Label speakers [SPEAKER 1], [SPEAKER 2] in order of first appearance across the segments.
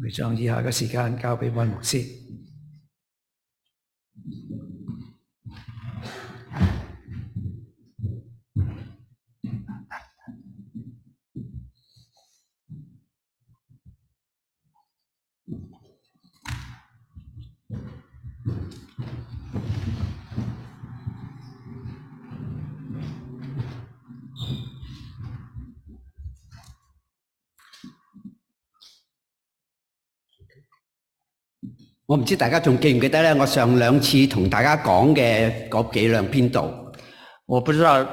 [SPEAKER 1] 會將以下嘅時間交俾温牧師。
[SPEAKER 2] 我唔知大家仲記唔記得咧？我上兩次同大家講嘅嗰幾兩篇道，
[SPEAKER 3] 我不知道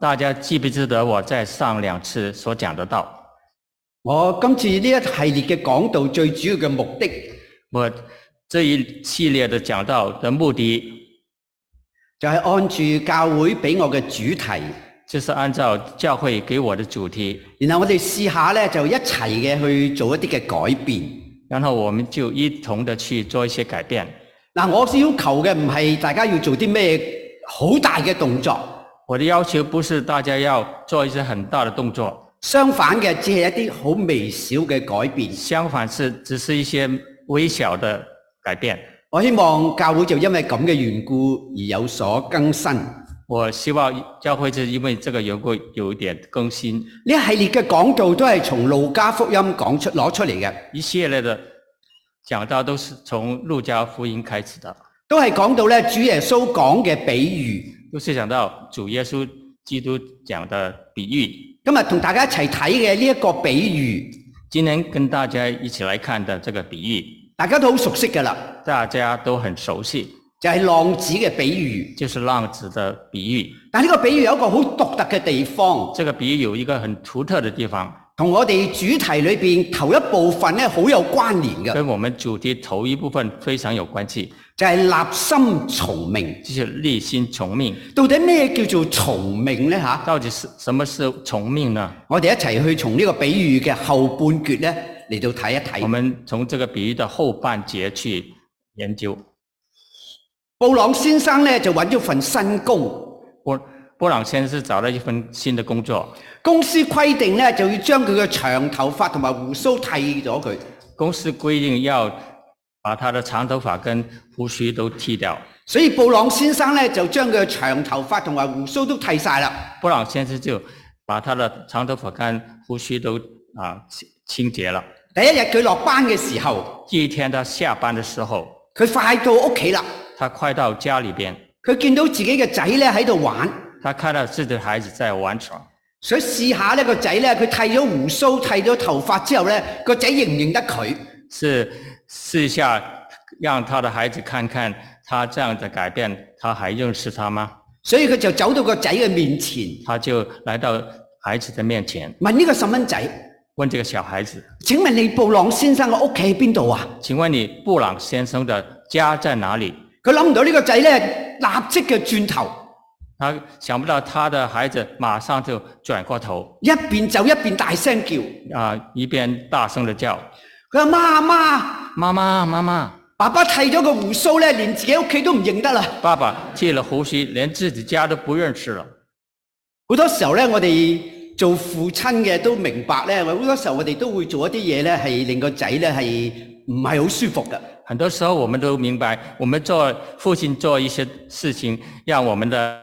[SPEAKER 3] 大家记不记得我在上两次所讲的道。
[SPEAKER 2] 我今次呢一系列嘅講道最主要嘅目的，
[SPEAKER 3] 我这一系列的讲道的目的，
[SPEAKER 2] 就係按住教會俾我嘅主題，
[SPEAKER 3] 就是按照教會给我的主题，
[SPEAKER 2] 然後我哋試下咧就一齊嘅去做一啲嘅改變。
[SPEAKER 3] 然後我們就一同的去做一些改變。
[SPEAKER 2] 嗱，我要求嘅唔係大家要做啲咩好大嘅動作，
[SPEAKER 3] 我的要求不是大家要做一些很大的動作，
[SPEAKER 2] 相反嘅只係一啲好微小嘅改變。
[SPEAKER 3] 相反是只是一些微小的改變。
[SPEAKER 2] 我希望教會就因為咁嘅緣故而有所更新。呢
[SPEAKER 3] 我希望教會是因為這個緣故有一點更新，
[SPEAKER 2] 一系列嘅講道都係從路加福音講出攞出嚟嘅，
[SPEAKER 3] 一系列的講道都是從路加福音開始的。
[SPEAKER 2] 都係講到咧主耶穌講嘅比喻。
[SPEAKER 3] 都是讲到主耶稣基督讲的比喻。
[SPEAKER 2] 今日啊同大家一齊睇嘅呢一個比喻，
[SPEAKER 3] 今天跟大家一起来看的这个比喻，
[SPEAKER 2] 大家都好熟悉㗎啦，
[SPEAKER 3] 大家都很熟悉，
[SPEAKER 2] 就係浪子嘅比喻。
[SPEAKER 3] 就是浪子的比喻。
[SPEAKER 2] 但呢個比喻有一個好獨特嘅地方，
[SPEAKER 3] 这个比喻有一个很独特的地方，
[SPEAKER 2] 同我哋主題裏面頭一部分咧好有關聯嘅，
[SPEAKER 3] 跟我们主题头一部分非常有关系，
[SPEAKER 2] 就係、立心從命。
[SPEAKER 3] 就是立心从命。
[SPEAKER 2] 到底咩叫做從命呢？吓？
[SPEAKER 3] 到底是什么是从命呢？
[SPEAKER 2] 我哋一齊去從呢個比喻嘅後半橛呢嚟到睇一
[SPEAKER 3] 我
[SPEAKER 2] 睇。
[SPEAKER 3] 们从这个比喻的后半节去研究。
[SPEAKER 2] 布朗先生呢就揾咗份新工，
[SPEAKER 3] 波波朗先生是找到一份新的工作，
[SPEAKER 2] 公司規定呢就要將佢嘅長頭髮同埋胡鬚剃咗佢。
[SPEAKER 3] 公司规定要把他的长头发跟胡须都剃掉。
[SPEAKER 2] 所以布朗先生呢就將佢嘅長頭髮同埋胡鬚都剃晒啦。
[SPEAKER 3] 布朗先生就把他的长头发跟胡须都啊清清洁了。
[SPEAKER 2] 第一日佢落班嘅時候，
[SPEAKER 3] 第一天他下班的时候，
[SPEAKER 2] 佢快到屋企啦，
[SPEAKER 3] 他快到家里边，
[SPEAKER 2] 佢見到自己嘅仔呢喺度玩，
[SPEAKER 3] 他看到自己的孩子在玩耍，
[SPEAKER 2] 想試下呢個仔呢，佢剃咗胡鬚、剃咗頭髮之後呢，個仔認唔認得佢？
[SPEAKER 3] 是试一下让他的孩子看看他这样的改变，他还认识他吗？
[SPEAKER 2] 所以佢就走到個仔嘅面前，
[SPEAKER 3] 他就来到孩子的面前，
[SPEAKER 2] 問呢個細蚊仔。
[SPEAKER 3] 问这个小孩子
[SPEAKER 2] 请问你布朗先生嘅屋企喺边度啊？：“
[SPEAKER 3] 请问你布朗先生的家在哪里？”
[SPEAKER 2] 佢谂唔到呢个仔咧，立即嘅转头，
[SPEAKER 3] 他想不到他的孩子马上就转过头
[SPEAKER 2] 一边走一边大声叫：
[SPEAKER 3] 啊、一边大声的叫
[SPEAKER 2] 佢话妈妈，：“
[SPEAKER 3] 妈妈，妈妈
[SPEAKER 2] 爸爸剃咗个胡须咧，连自己屋企都唔认得啦！”。
[SPEAKER 3] 爸爸剃了胡须，连自己家都不认识了。
[SPEAKER 2] 好多时候咧，我哋做父亲嘅都明白咧，好多时候我哋都会做一啲嘢咧，系令个仔咧系唔系好舒服嘅。
[SPEAKER 3] 很多时候，我们都明白，我们做父亲做一些事情，让我们的，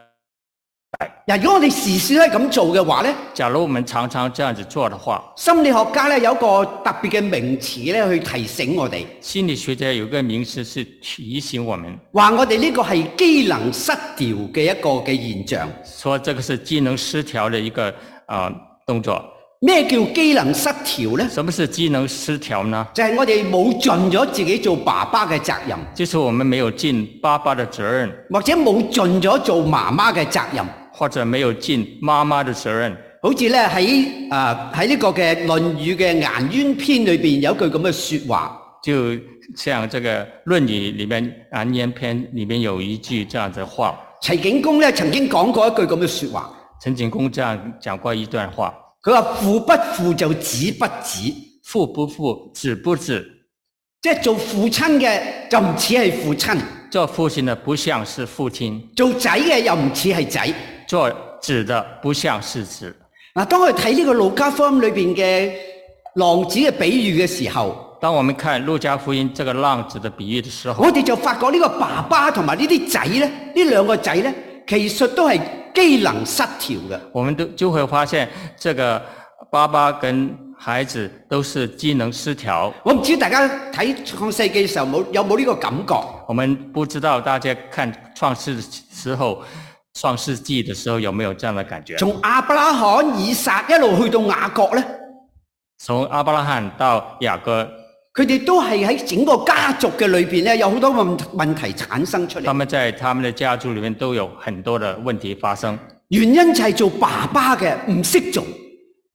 [SPEAKER 2] 嗱，如果我哋时时都系咁做嘅话咧，
[SPEAKER 3] 假如我们常常这样子做的话，
[SPEAKER 2] 心理学家咧有一个特别嘅名词咧去提醒我哋，
[SPEAKER 3] 心理学家有个名词是提醒我们
[SPEAKER 2] 话我哋呢个系机能失调嘅一个嘅现象。
[SPEAKER 3] 说，这个是机能失调的一个啊、呃动作。
[SPEAKER 2] 咩叫機能失調呢？
[SPEAKER 3] 什么是机能失调呢？
[SPEAKER 2] 就係、我哋冇盡咗自己做爸爸嘅責任，
[SPEAKER 3] 就是我们没有尽爸爸的责任，
[SPEAKER 2] 或者冇盡咗做媽媽嘅責任。
[SPEAKER 3] 或者没有尽妈妈的责任。
[SPEAKER 2] 好似咧喺啊喺呢個嘅《論語》嘅顏淵篇裏邊有一句咁嘅説話，
[SPEAKER 3] 就像这个《论语》里面《颜渊篇》里面有一句这样子的话，
[SPEAKER 2] 齊景公咧曾經講過一句咁嘅説話，
[SPEAKER 3] 陈景公这样讲过一段话
[SPEAKER 2] 佢話父不父就子不子，：“
[SPEAKER 3] 父不父，子不子。
[SPEAKER 2] 即係做父親嘅就唔似係父親，
[SPEAKER 3] 做父亲的不像是父亲，
[SPEAKER 2] 做仔嘅又唔似係仔。
[SPEAKER 3] 做子的不像是子。
[SPEAKER 2] 嗱，當我哋睇呢個《路加福音》裏邊嘅浪子嘅比喻嘅時候，”
[SPEAKER 3] 当我们看路加福音这个浪子的比喻的时候，
[SPEAKER 2] 我哋就發覺呢個爸爸同埋呢啲仔咧，呢兩個仔咧，其實都係機能失調嘅。
[SPEAKER 3] 我们都就会发现，这个爸爸跟孩子都是机能失调。
[SPEAKER 2] 我唔知大家睇創世記嘅時候冇有冇呢個感覺？
[SPEAKER 3] 我们不知道大家看创世的时候，创世纪的时候有没有这样的感觉？
[SPEAKER 2] 從亞伯拉罕、以撒一路去到雅各咧，
[SPEAKER 3] 从阿伯拉罕到雅各，
[SPEAKER 2] 佢哋都係喺整個家族嘅裏邊咧，有好多問問題產生出
[SPEAKER 3] 他
[SPEAKER 2] 嚟。
[SPEAKER 3] 们在他们的家族里面都有很多的问题发生，
[SPEAKER 2] 原因就係做爸爸嘅唔識做。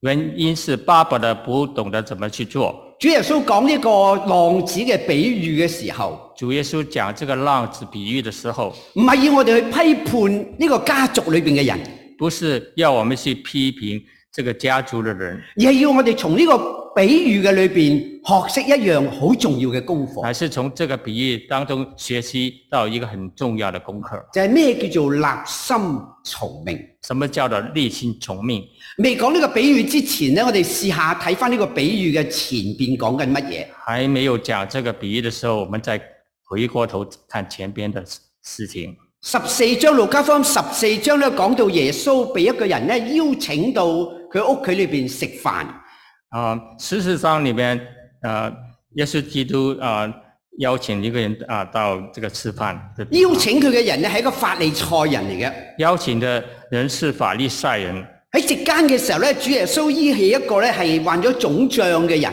[SPEAKER 3] 原因是爸爸的不懂得怎么去做。
[SPEAKER 2] 主耶穌講呢個浪子嘅比喻嘅時候，
[SPEAKER 3] 主耶稣讲这个浪子比喻的时候，
[SPEAKER 2] 唔係要我哋去批判呢個家族裏邊嘅人。
[SPEAKER 3] 不是要我们去批评这个家族的人，
[SPEAKER 2] 而係要我哋從呢個比喻嘅裏面學識一樣好重要嘅功課，
[SPEAKER 3] 而是从这个比喻当中学习到一个很重要的功课。
[SPEAKER 2] 就係咩叫做立心從命。
[SPEAKER 3] 什么叫做立心从命？
[SPEAKER 2] 未講呢個比喻之前呢，我哋試下睇翻呢個比喻嘅前面講緊乜嘢。
[SPEAKER 3] 还没有讲这个比喻的时候，我们再回过头看前边的事事情。
[SPEAKER 2] 十四章路加福音十四章咧講到耶穌被一個人咧邀請到佢屋企裏面食飯，
[SPEAKER 3] 啊、十四章里面，呃，耶稣基督啊、呃邀请一个人啊、到这个吃饭的地
[SPEAKER 2] 邀
[SPEAKER 3] 方，
[SPEAKER 2] 請佢嘅人咧係一個法利賽人嚟嘅。
[SPEAKER 3] 邀请的人是法利赛人，
[SPEAKER 2] 喺席間嘅時候咧，主耶穌醫起一個咧係患咗腫脹嘅人。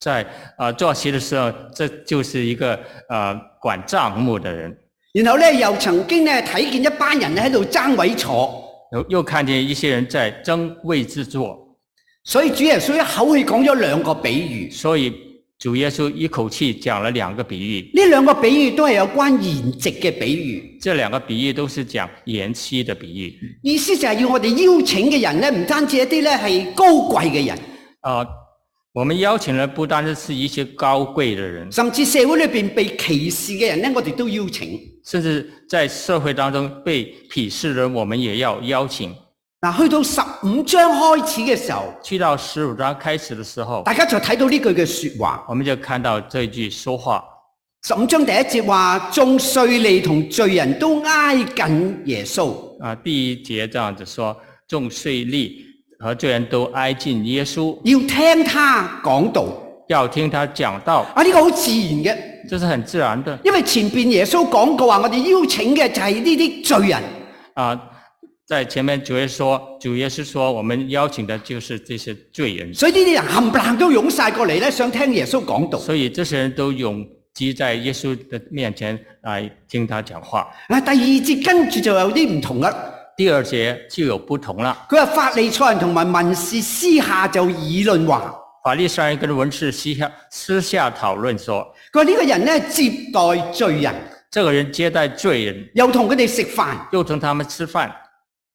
[SPEAKER 3] 在啊、坐席的时候，这就是一个呃管账目的人，
[SPEAKER 2] 然後咧，又曾經咧睇見一班人咧喺度爭位坐，
[SPEAKER 3] 又又看见一些人在争位置坐，
[SPEAKER 2] 所以主耶穌一口氣講咗兩個比喻。
[SPEAKER 3] 所以主耶稣一口气讲了两个比喻，
[SPEAKER 2] 呢兩個比喻都係有關筵席嘅比喻，
[SPEAKER 3] 这两个比喻都是讲延期的比喻。
[SPEAKER 2] 意思就係要我哋邀請嘅人咧，唔單止一啲咧係高貴嘅人，
[SPEAKER 3] 啊、我们邀请了不单单是一些高贵的人，
[SPEAKER 2] 甚至社會裏面被歧視嘅人咧，我哋都邀請。
[SPEAKER 3] 甚至在社会当中被鄙视的人，我们也要邀请。
[SPEAKER 2] 嗱，去到十五章開始嘅時候，
[SPEAKER 3] 去到十五章开始的时候，
[SPEAKER 2] 大家就睇到呢句嘅説話。
[SPEAKER 3] 我们就看到这句说话。
[SPEAKER 2] 十五章第一節話：眾税吏同罪人都挨近耶穌。
[SPEAKER 3] 啊，第一节这样子说，众税吏和罪人都挨近耶稣，
[SPEAKER 2] 要聽他講道。
[SPEAKER 3] 要听他讲道，
[SPEAKER 2] 啊，呢、個好自然嘅，
[SPEAKER 3] 这是很自然的
[SPEAKER 2] 因為前邊耶穌講過話，我哋邀請嘅就係呢啲罪人。
[SPEAKER 3] 啊。在前面主耶稣说，主耶稣说，我们邀请的就是这些罪人，
[SPEAKER 2] 所以呢啲人冚唪唥都湧晒過嚟咧，想聽耶穌講道。
[SPEAKER 3] 所以这些人都涌集在耶稣的面前来听他讲话。
[SPEAKER 2] 嗱，啊第二節跟住就有啲唔同啦。
[SPEAKER 3] 第二节就有不同了，
[SPEAKER 2] 佢話法利賽人同埋文士私下就議論話，
[SPEAKER 3] 法利赛人跟文士私下私下讨论说，
[SPEAKER 2] 佢話呢個人咧接待罪人，
[SPEAKER 3] 这个人接待罪人，
[SPEAKER 2] 又同佢哋食飯，
[SPEAKER 3] 又同他们吃饭，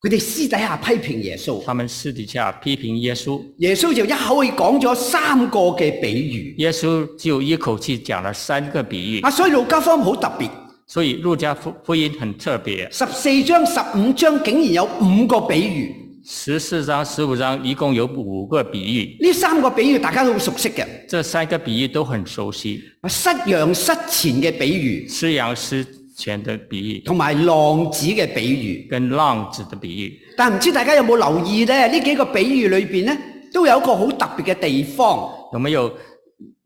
[SPEAKER 2] 佢哋私底下批評耶穌。
[SPEAKER 3] 他们私底下批评耶稣。
[SPEAKER 2] 耶穌就一口氣講咗三個嘅比喻。
[SPEAKER 3] 耶稣就一口气讲了三个比喻
[SPEAKER 2] 啊，，所以路加福音好特別，
[SPEAKER 3] 所以路加福福音很特别。
[SPEAKER 2] 十四章、十五章竟然有五個比喻。
[SPEAKER 3] 十四章、十五章一共有五个比喻，
[SPEAKER 2] 呢三個比喻大家都好熟悉嘅，啊
[SPEAKER 3] 这三个比喻都很熟悉：
[SPEAKER 2] 失羊失錢嘅比喻，
[SPEAKER 3] 失羊、失钱的比喻，
[SPEAKER 2] 同埋浪子嘅比喻。
[SPEAKER 3] 跟浪子的比喻。
[SPEAKER 2] 但唔知大家有冇留意呢？呢幾個比喻裏面呢，都有一個好特別嘅地方。
[SPEAKER 3] 有没有？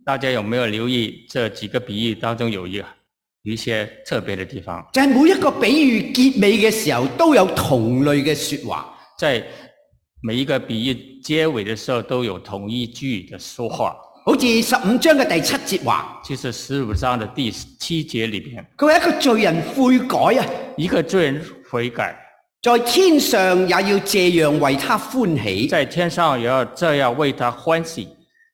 [SPEAKER 3] 大家有没有留意这几个比喻当中有一有一些特别的地方？
[SPEAKER 2] 就係、每一個比喻結尾嘅時候，都有同類嘅說話。
[SPEAKER 3] 在每一个比喻结尾的时候，都有同一句的说话，
[SPEAKER 2] 好似十五章嘅第七節話，
[SPEAKER 3] 就是十五章的第七节里边，
[SPEAKER 2] 佢話一個罪人悔改啊，
[SPEAKER 3] 一个罪人悔改。
[SPEAKER 2] 在天上也要這樣為他歡喜，
[SPEAKER 3] 在天上也要这样为他欢喜，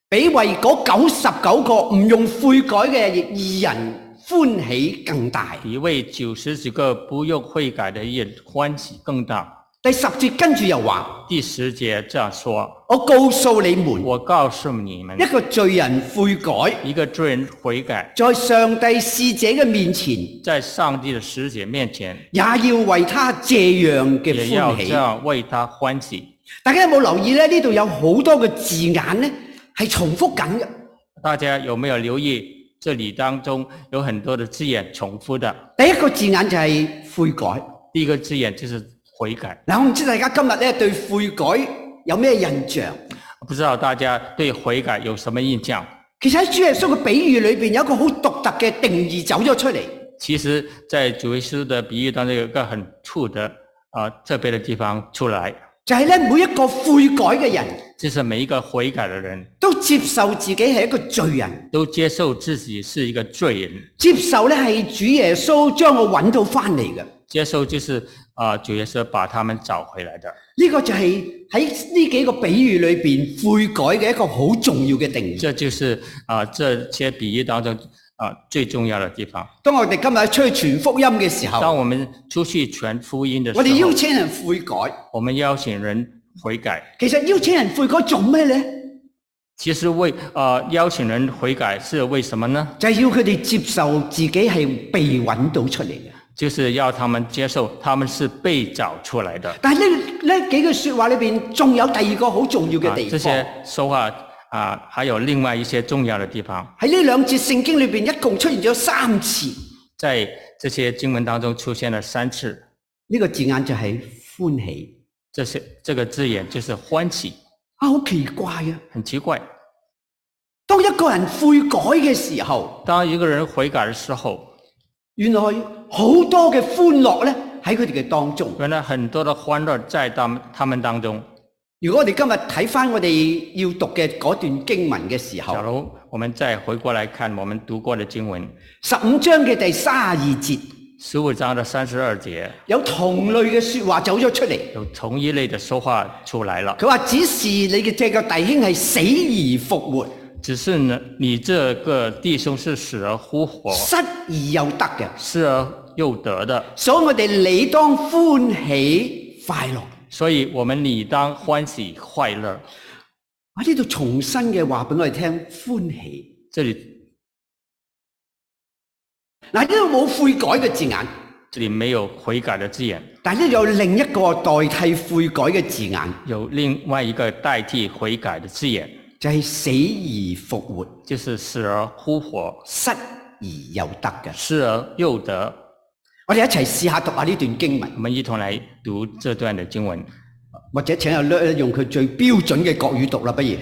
[SPEAKER 2] 比為嗰九十九個唔用悔改嘅義人歡喜更大。
[SPEAKER 3] 比为九十几个不用悔改的也欢喜更大。
[SPEAKER 2] 第十節跟住又話：
[SPEAKER 3] 第十节这样说
[SPEAKER 2] 我告訴你：“們，
[SPEAKER 3] 我告诉你们
[SPEAKER 2] 一，個罪人悔改，
[SPEAKER 3] 一个罪人悔改，
[SPEAKER 2] 在上帝使者嘅面前，也
[SPEAKER 3] 在上帝的使者面前，
[SPEAKER 2] 要為他這樣嘅
[SPEAKER 3] 也要
[SPEAKER 2] 歡
[SPEAKER 3] 这
[SPEAKER 2] 喜。
[SPEAKER 3] 样为他欢喜。
[SPEAKER 2] 大家有冇留意咧？呢度有好多嘅字眼咧係重複緊嘅。”
[SPEAKER 3] 大家有没有留意这里当中有很多的字眼重复的？
[SPEAKER 2] 第一個字眼就係悔改。
[SPEAKER 3] 第一个字眼就是悔改，
[SPEAKER 2] 嗱，我唔知大家今日咧對悔改有咩印象？
[SPEAKER 3] 不知道大家对悔改有什么印象？
[SPEAKER 2] 其實喺主耶穌嘅比喻裏面，有一個好獨特嘅定義走咗出嚟。
[SPEAKER 3] 其实，在主耶稣的比喻当中，有一个很处的啊、特别的地方出来，
[SPEAKER 2] 就係咧，每一個悔改嘅人
[SPEAKER 3] 就是每一个悔改的人
[SPEAKER 2] 都接受自己係一個罪人，
[SPEAKER 3] 都接受自己是一个罪人，
[SPEAKER 2] 接受咧係主耶穌將我揾到翻嚟嘅。
[SPEAKER 3] 接受就是啊、主耶稣把他们找回来的。
[SPEAKER 2] 呢、個就係喺呢幾個比喻裏面悔改嘅一個好重要嘅定義。
[SPEAKER 3] 这就是啊、这些比喻当中啊、最重要的地方。
[SPEAKER 2] 當我哋今日出去傳福音嘅時候，
[SPEAKER 3] 当我们出去传福音的时
[SPEAKER 2] 我哋邀
[SPEAKER 3] 候，
[SPEAKER 2] 請人悔改。
[SPEAKER 3] 我们邀请人悔改。
[SPEAKER 2] 其實邀請人悔改做咩呢？
[SPEAKER 3] 其实为啊邀请人悔改是为什么呢？
[SPEAKER 2] 就係要佢哋接受自己係被揾到出嚟嘅。
[SPEAKER 3] 就是要他们接受他们是被找出来的。
[SPEAKER 2] 但係呢呢幾句説話裏邊，仲有第二個好重要嘅
[SPEAKER 3] 啊
[SPEAKER 2] 地
[SPEAKER 3] 这
[SPEAKER 2] 方。
[SPEAKER 3] 些说话啊，还有另外一些重要的地方，
[SPEAKER 2] 喺呢兩節聖經裏邊，一共出現咗三次
[SPEAKER 3] 在这些经文当中出现了三次。
[SPEAKER 2] 呢、個字眼，就係歡喜。
[SPEAKER 3] 这些这个字眼就是欢喜，
[SPEAKER 2] 啊，好奇怪啊！
[SPEAKER 3] 很奇怪。
[SPEAKER 2] 當一個人悔改嘅時候，
[SPEAKER 3] 当一个人悔改的时候，
[SPEAKER 2] 原來好多嘅歡樂呢喺佢哋嘅當中。
[SPEAKER 3] 原来很多的欢乐在他们他们当中。
[SPEAKER 2] 如果我哋今日睇翻我哋要讀嘅嗰段經文嘅時候
[SPEAKER 3] 假，如我们再回过来看我们读过的经文，
[SPEAKER 2] 十五章嘅第三十二節
[SPEAKER 3] 十五章的三十二节，
[SPEAKER 2] 有同類嘅説話走咗出嚟。
[SPEAKER 3] 有同一类的说话出来了。
[SPEAKER 2] 佢話：只是你嘅這個弟兄係死而復活，
[SPEAKER 3] 只是呢，你这个弟兄是死而复活，
[SPEAKER 2] 失而又得嘅，
[SPEAKER 3] 失而又得的，
[SPEAKER 2] 所以我哋理當歡喜快樂。
[SPEAKER 3] 所以我们理当欢喜快乐。
[SPEAKER 2] 我啊呢度重新嘅話俾我哋聽，歡喜。
[SPEAKER 3] 这里
[SPEAKER 2] 嗱，呢度冇悔改嘅字眼，
[SPEAKER 3] 这里没有悔改的字眼，
[SPEAKER 2] 但呢度有另一個代替悔改嘅字眼，
[SPEAKER 3] 有另外一个代替悔改的字眼，
[SPEAKER 2] 就係、死而復活，
[SPEAKER 3] 就是死而复活，
[SPEAKER 2] 失而又得嘅。
[SPEAKER 3] 失而又得。
[SPEAKER 2] 我哋一齊試下讀下呢段經文，
[SPEAKER 3] 我们一同来读这段的经文。
[SPEAKER 2] 或者請阿 l 用佢最標準嘅國語讀啦，不如呢、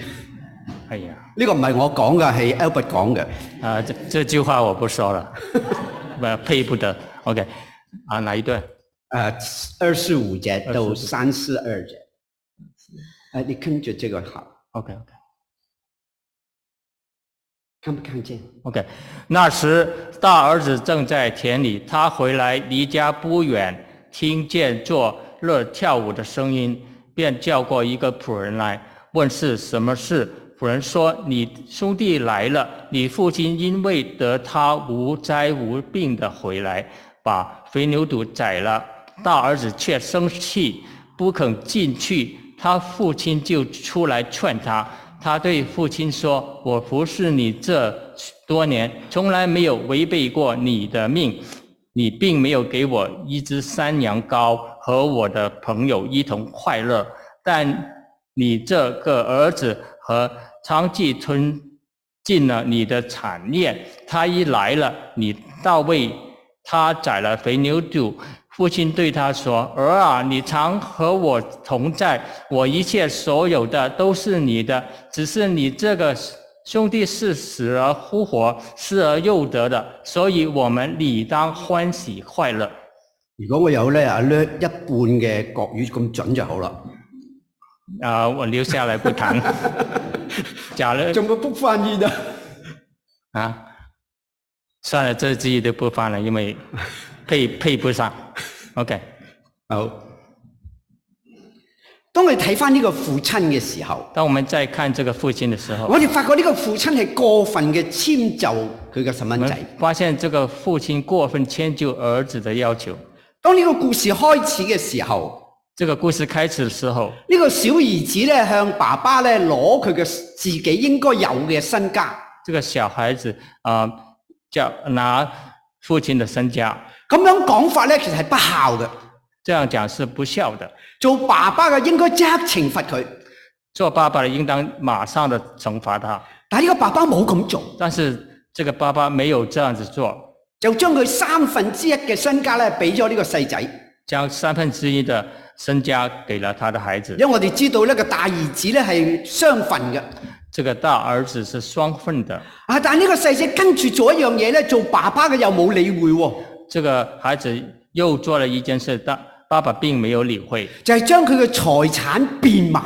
[SPEAKER 3] 哎呀，
[SPEAKER 2] 個唔係我講嘅，係 Albert 講嘅。
[SPEAKER 3] 啊，这这句话我不说了， 不配不得。OK，啊，哪一段？
[SPEAKER 2] 呃，二十五节到
[SPEAKER 3] 25
[SPEAKER 2] 三十二节，呃，你跟着这个好，
[SPEAKER 3] OK OK
[SPEAKER 2] 看不看见？
[SPEAKER 3] OK，那时大儿子正在田里，他回来离家不远，听见作乐跳舞的声音，便叫过一个仆人来，问是什么事。仆人说：“你兄弟来了，你父亲因为得他无灾无病的回来，把肥牛犊宰了。大儿子却生气，不肯进去，他父亲就出来劝他。他对父亲说：“我服侍你这多年，从来没有违背过你的命，你并没有给我一只山羊羔和我的朋友一同快乐，但你这个儿子和娼妓吞进了你的产业，他一来了，你倒为他宰了肥牛犊。父亲对他说：“儿啊，你常和我同在，我一切所有的都是你的，只是你这个兄弟是死而复活，失而又得的，所以我们理当欢喜快乐。
[SPEAKER 2] 如果我有咧，阿略一半嘅國語咁準就好啦。
[SPEAKER 3] 啊、我留下来不谈。 假如
[SPEAKER 2] 仲冇 book 翻譯啊？
[SPEAKER 3] 啊，算了，这记忆都不翻了，因为配配不上。OK，
[SPEAKER 2] 好。當我哋睇翻呢個父親嘅時候，
[SPEAKER 3] 当我们在看这个父亲的时候，
[SPEAKER 2] 我哋發覺呢個父親係過分嘅遷就佢嘅細
[SPEAKER 3] 我
[SPEAKER 2] 蚊
[SPEAKER 3] 们
[SPEAKER 2] 仔。
[SPEAKER 3] 发现这个父亲过分迁就儿子的要求。
[SPEAKER 2] 當呢個故事開始嘅時候，
[SPEAKER 3] 这个故事开始的时候，
[SPEAKER 2] 呢、個小兒子咧向爸爸咧攞佢嘅自己應該有嘅身家。
[SPEAKER 3] 这个小孩子啊、叫拿父亲的身家，
[SPEAKER 2] 咁樣講法咧，其實係不孝嘅。
[SPEAKER 3] 这样讲是不孝的。
[SPEAKER 2] 做爸爸嘅應該即刻懲罰佢，
[SPEAKER 3] 做爸爸的应当马上的惩罚他，
[SPEAKER 2] 但係呢個爸爸冇咁做，
[SPEAKER 3] 但是这个爸爸没有这样子做，
[SPEAKER 2] 就將佢三分之一嘅身家咧俾咗呢個細仔，
[SPEAKER 3] 将三分之一的身家给了他的孩子
[SPEAKER 2] 因。為我哋知道呢個大兒子咧係雙份嘅。
[SPEAKER 3] 这个大儿子是双份的，
[SPEAKER 2] 啊！但呢個細仔跟住做一樣嘢咧，做爸爸嘅又冇理會喎，
[SPEAKER 3] 这个孩子又做了一件事，但爸爸并没有理会，
[SPEAKER 2] 就係將佢嘅財產變賣。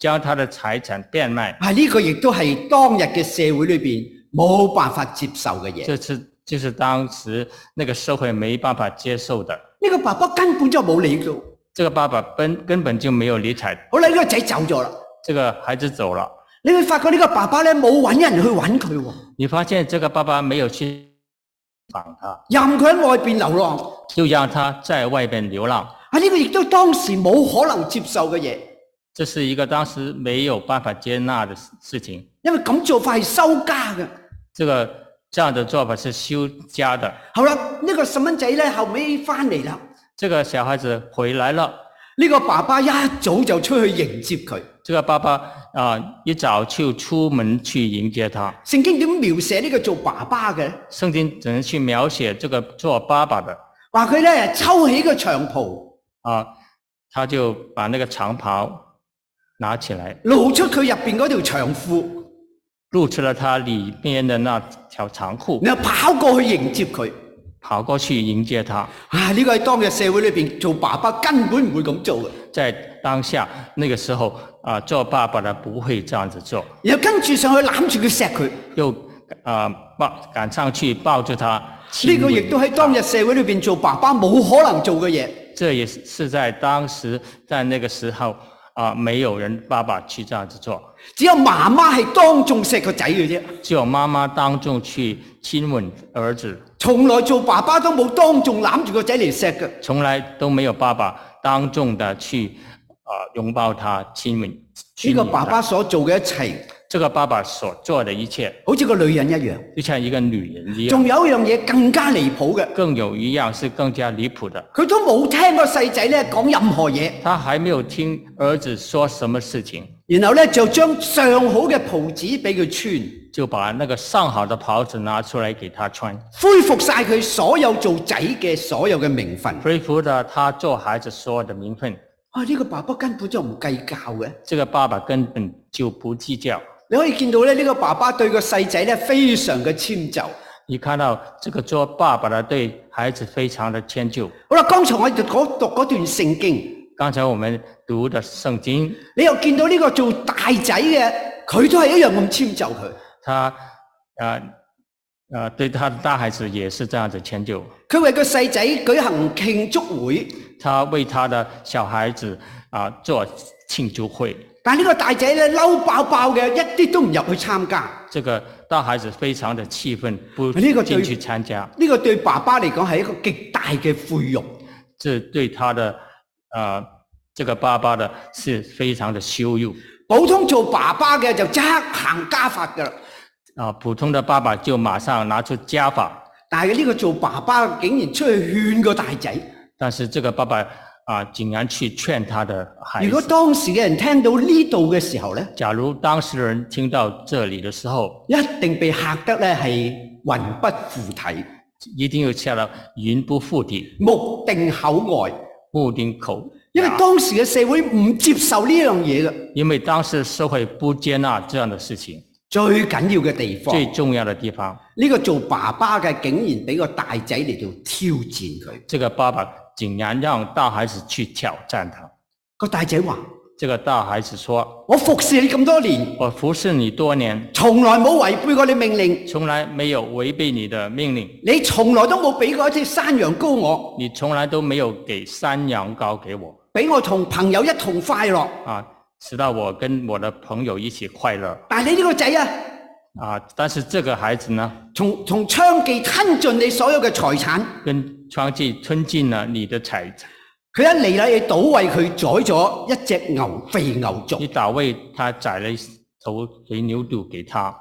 [SPEAKER 3] 将他的财产变卖，
[SPEAKER 2] 啊！呢、個亦都係當日嘅社會裏面冇辦法接受嘅嘢。呢、
[SPEAKER 3] 这是就是当时那个社会没办法接受的。
[SPEAKER 2] 個爸爸根本就冇理到。
[SPEAKER 3] 这个爸爸根根本就没有理睬，
[SPEAKER 2] 好啦，呢、個仔走咗啦，
[SPEAKER 3] 这个孩子走了，
[SPEAKER 2] 你會發覺呢個爸爸咧冇揾人去揾佢喎，
[SPEAKER 3] 你发现这个爸爸没有去访他，
[SPEAKER 2] 任佢喺外面流浪。
[SPEAKER 3] 就让他在外边流浪，
[SPEAKER 2] 啊！呢、個亦都當時冇可能接受嘅嘢，
[SPEAKER 3] 这是一个当时没有办法接纳的事事情。
[SPEAKER 2] 因為咁做法係收家嘅。
[SPEAKER 3] 这个这样的做法是休家的。
[SPEAKER 2] 好啦，呢、個細蚊仔咧後尾翻嚟啦，
[SPEAKER 3] 这个小孩子回来了，
[SPEAKER 2] 呢、個爸爸一早就出去迎接佢。
[SPEAKER 3] 这个爸爸啊、一早就出门去迎接他。
[SPEAKER 2] 聖經點描寫呢個做爸爸嘅呢？
[SPEAKER 3] 圣经只能去描写这个做爸爸的
[SPEAKER 2] 話佢咧抽起個長袍，
[SPEAKER 3] 啊、他就把那个长袍拿起来，
[SPEAKER 2] 露出佢入面嗰條長褲，
[SPEAKER 3] 露出了他里面的那条长裤，
[SPEAKER 2] 然後跑過去迎接佢。
[SPEAKER 3] 跑过去迎接他。
[SPEAKER 2] 啊！呢、個喺當日社會裏面做爸爸根本唔會咁做嘅。
[SPEAKER 3] 在当下那个时候啊、做爸爸的不会这样子做，
[SPEAKER 2] 然後跟住上去攬住佢錫佢。
[SPEAKER 3] 又啊抱、赶上去抱住他。
[SPEAKER 2] 呢、
[SPEAKER 3] 亲
[SPEAKER 2] 個
[SPEAKER 3] 吻
[SPEAKER 2] 亦都喺當日社會裏面做爸爸冇可能做嘅嘢。
[SPEAKER 3] 这也是是在当时在那个时候啊、没有人爸爸去这样子做，
[SPEAKER 2] 只有媽媽係當眾錫個仔嘅啫，
[SPEAKER 3] 只有妈妈当众去亲吻儿子。
[SPEAKER 2] 從來做爸爸都冇當眾攬住個仔嚟錫嘅。
[SPEAKER 3] 从来都没有爸爸当众的去啊、呃拥抱他、亲吻。
[SPEAKER 2] 呢、
[SPEAKER 3] 亲
[SPEAKER 2] 個
[SPEAKER 3] 吻
[SPEAKER 2] 爸
[SPEAKER 3] 他
[SPEAKER 2] 爸所做嘅一切，
[SPEAKER 3] 这个爸爸所做的一切，
[SPEAKER 2] 好似個女人一樣。
[SPEAKER 3] 就像一个女人一样。
[SPEAKER 2] 仲有一樣嘢更加離譜嘅，
[SPEAKER 3] 更有一样是更加离谱的，
[SPEAKER 2] 佢都冇聽個細仔咧講任何嘢，
[SPEAKER 3] 他还没有听儿子说什么事情，
[SPEAKER 2] 然後咧就將上好嘅袍子俾佢穿，
[SPEAKER 3] 就把那个上好的袍子拿出来给他穿，
[SPEAKER 2] 恢復晒佢所有做仔嘅所有嘅名分。
[SPEAKER 3] 恢复了他做孩子所有的名分。
[SPEAKER 2] 啊！呢、個爸爸根本就唔計較嘅。
[SPEAKER 3] 这个爸爸根本就不计较。
[SPEAKER 2] 你可以見到咧，呢、個爸爸對個細仔咧非常嘅遷就。好
[SPEAKER 3] 你看到这个做爸爸的对孩子非常的迁就。
[SPEAKER 2] 啦，剛才我哋嗰讀嗰段聖經。
[SPEAKER 3] 刚才我们读的圣经
[SPEAKER 2] 你又見到呢個做大仔嘅，佢都係一樣咁遷就佢。
[SPEAKER 3] 他呃呃对他的大孩子也是这样子迁就，
[SPEAKER 2] 佢為個細仔舉行慶祝會，
[SPEAKER 3] 他为他的小孩子啊、做庆祝会。
[SPEAKER 2] 但呢個大仔咧嬲爆爆嘅，一啲都唔入去參加。
[SPEAKER 3] 这个大孩子非常的气愤，不
[SPEAKER 2] 哎那个对
[SPEAKER 3] 进去参加，
[SPEAKER 2] 呢、個對爸爸嚟講係一個極大嘅侮辱。
[SPEAKER 3] 这对他的呃这个爸爸的是非常的羞辱
[SPEAKER 2] 普通做爸爸嘅就即刻行家法㗎啦，
[SPEAKER 3] 啊、普通的爸爸就马上拿出家法，
[SPEAKER 2] 但係呢個做爸爸竟然出去勸個大仔。
[SPEAKER 3] 但是这个爸爸啊、竟然去劝他的孩
[SPEAKER 2] 如果
[SPEAKER 3] 子。
[SPEAKER 2] 當時嘅人聽到呢度嘅時候呢，
[SPEAKER 3] 假如当事人听到这里的时候，
[SPEAKER 2] 一定被嚇得咧係魂不附體，
[SPEAKER 3] 一定要下到云不附体，
[SPEAKER 2] 目定口呆。
[SPEAKER 3] 目定口啊
[SPEAKER 2] 因為當時嘅社會唔接受呢樣嘢嘅，
[SPEAKER 3] 因为当时社会不接纳这样的事情，
[SPEAKER 2] 最緊要嘅地方，
[SPEAKER 3] 最
[SPEAKER 2] 呢、
[SPEAKER 3] 重要的地方，
[SPEAKER 2] 個做爸爸嘅竟然俾個大仔嚟到挑戰佢。
[SPEAKER 3] 这个爸爸竟然让大孩子去挑战他。
[SPEAKER 2] 個大仔話：
[SPEAKER 3] 这个大孩子说
[SPEAKER 2] 我服侍你咁多年，：“
[SPEAKER 3] 我服侍你多年，
[SPEAKER 2] 從來冇違背過你命令，
[SPEAKER 3] 从來沒有违背你的命令，
[SPEAKER 2] 你從來都冇俾過一隻山羊羔我，
[SPEAKER 3] 你从来都沒有給山羊羔给我
[SPEAKER 2] 俾我同朋友一同快樂。
[SPEAKER 3] 啊，直到我跟我的朋友一起快樂
[SPEAKER 2] 但係你呢個仔啊，
[SPEAKER 3] 啊。但是这个孩子呢，
[SPEAKER 2] 從從娼妓吞盡你所有嘅財產，
[SPEAKER 3] 跟娼妓吞进了你的财产。”
[SPEAKER 2] 佢一嚟啦，你倒為佢宰咗一隻牛肥牛族，
[SPEAKER 3] 你
[SPEAKER 2] 呢、
[SPEAKER 3] 打为他宰了一头肥牛肚给他，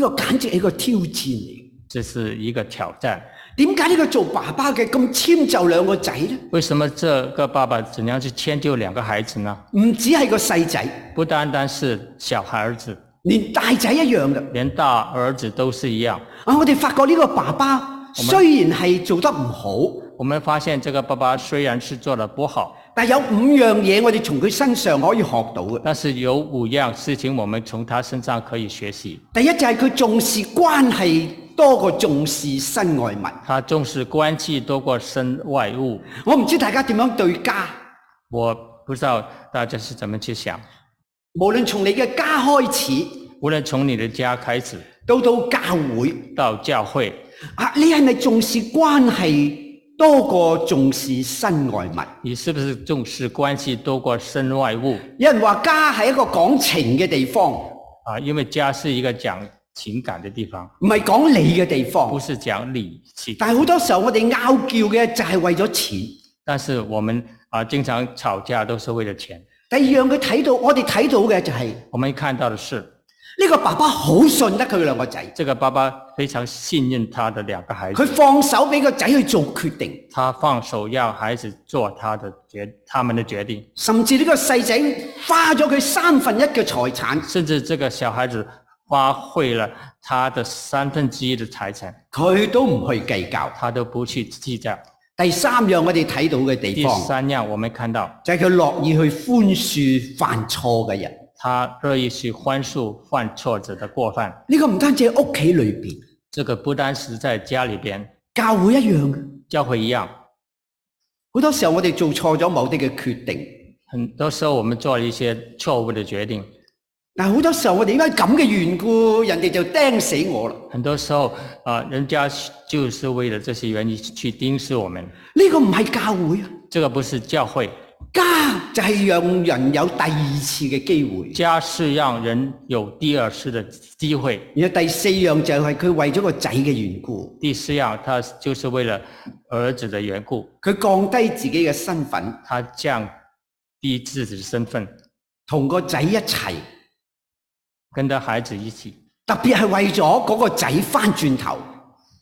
[SPEAKER 2] 個簡直係一個挑戰嚟。
[SPEAKER 3] 这是一个挑战。
[SPEAKER 2] 點解呢個做爸爸嘅咁遷就兩個仔呢？
[SPEAKER 3] 为什么这个爸爸怎样去迁就两个孩子呢？
[SPEAKER 2] 唔止係個細仔，
[SPEAKER 3] 不单单是小孩子，
[SPEAKER 2] 連大仔一樣嘅。
[SPEAKER 3] 连大儿子都是一样。
[SPEAKER 2] 啊，我哋發覺呢個爸爸雖然係做得唔好，
[SPEAKER 3] 我们发现这个爸爸虽然是做的不好，
[SPEAKER 2] 但有五樣嘢我哋從佢身上可以學到嘅。
[SPEAKER 3] 但是有五样事情我们从他身上可以学习。
[SPEAKER 2] 第一就係佢重視關係多過重視身外物。
[SPEAKER 3] 他重视关系多过身外物。
[SPEAKER 2] 我唔知大家點樣對家，
[SPEAKER 3] 我不知道大家是怎么去想。
[SPEAKER 2] 無論從你嘅家開始
[SPEAKER 3] 无论从你的家开始，
[SPEAKER 2] 到到教會，
[SPEAKER 3] 到教會，
[SPEAKER 2] 啊，你係咪重視關係多過重視身外物？
[SPEAKER 3] 你是不是重视关系多过身外物
[SPEAKER 2] 有人話家係一個講情嘅地方，唔
[SPEAKER 3] 啊？因为家是一个讲情感的地方，
[SPEAKER 2] 係講理嘅地
[SPEAKER 3] 不
[SPEAKER 2] 方。
[SPEAKER 3] 是讲理气。
[SPEAKER 2] 但係好多時候我哋拗撬嘅就係為咗錢。
[SPEAKER 3] 但是我们啊，经常吵架都是为了钱。
[SPEAKER 2] 第二樣佢睇到，我哋睇到嘅就係、呢、
[SPEAKER 3] 我们看到的是，
[SPEAKER 2] 個爸爸好信得佢兩個仔，
[SPEAKER 3] 这个爸爸非常信任他的两个孩子，
[SPEAKER 2] 佢放手俾個仔去做決定，
[SPEAKER 3] 他放手让孩子做他的决，他们的决定，
[SPEAKER 2] 甚至呢個細仔花咗佢三分一嘅財產，
[SPEAKER 3] 甚至这个小孩子花费了他的三分之一的财产，
[SPEAKER 2] 佢都唔去計較。
[SPEAKER 3] 他都不去计较。
[SPEAKER 2] 第三樣我哋睇到嘅地
[SPEAKER 3] 第
[SPEAKER 2] 方
[SPEAKER 3] 三样，我们看到
[SPEAKER 2] 就係佢樂意去寬恕犯錯嘅人。
[SPEAKER 3] 他乐意去宽恕犯错者的过犯。
[SPEAKER 2] 呢、個唔單止喺屋企裏面，
[SPEAKER 3] 这个不单是在家里边，
[SPEAKER 2] 教會一樣嘅。
[SPEAKER 3] 教会一样。
[SPEAKER 2] 好多時候我哋做錯咗某啲嘅決定，
[SPEAKER 3] 很多时候我们做了一些错误的决定，
[SPEAKER 2] 但好多時候我哋因為咁嘅緣故，人哋就釘死我啦。
[SPEAKER 3] 很多时候啊、呃人家就是为了这些原因去盯死我们。
[SPEAKER 2] 呢、個唔係教會啊！
[SPEAKER 3] 这个不是教会，
[SPEAKER 2] 家就係讓人有第二次嘅機會。
[SPEAKER 3] 家是让人有第二次的机会。
[SPEAKER 2] 然後第四樣就係佢為咗個仔嘅緣故，
[SPEAKER 3] 第四样，他就是为了儿子的缘故，
[SPEAKER 2] 佢降低自己嘅身份，
[SPEAKER 3] 他降低自己的身份，
[SPEAKER 2] 同個仔一齊，
[SPEAKER 3] 跟着孩子一起，
[SPEAKER 2] 特別係為咗嗰個仔翻轉頭，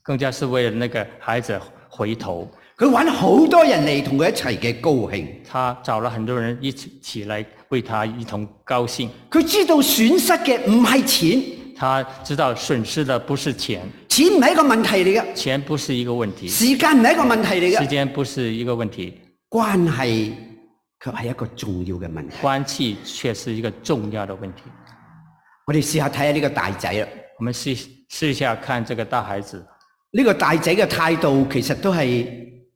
[SPEAKER 3] 更加是为了那个孩子回头。
[SPEAKER 2] 佢揾好多人嚟同佢一齊嘅高興。
[SPEAKER 3] 他找了很多人一起起来为他一同高兴。
[SPEAKER 2] 佢知道損失嘅唔係錢，
[SPEAKER 3] 他知道损失的不是钱，
[SPEAKER 2] 錢唔係一個問題嚟嘅，
[SPEAKER 3] 钱不是一个问题，
[SPEAKER 2] 時間唔係一個問題嚟
[SPEAKER 3] 时
[SPEAKER 2] 嘅，
[SPEAKER 3] 间不是一个问题，
[SPEAKER 2] 關係卻係一個重要嘅問題。
[SPEAKER 3] 关系却是一个重要的问题。
[SPEAKER 2] 我哋試下睇下呢個大仔啦，
[SPEAKER 3] 我们试试一下看这个大孩子，
[SPEAKER 2] 呢、個大仔嘅態度其實都係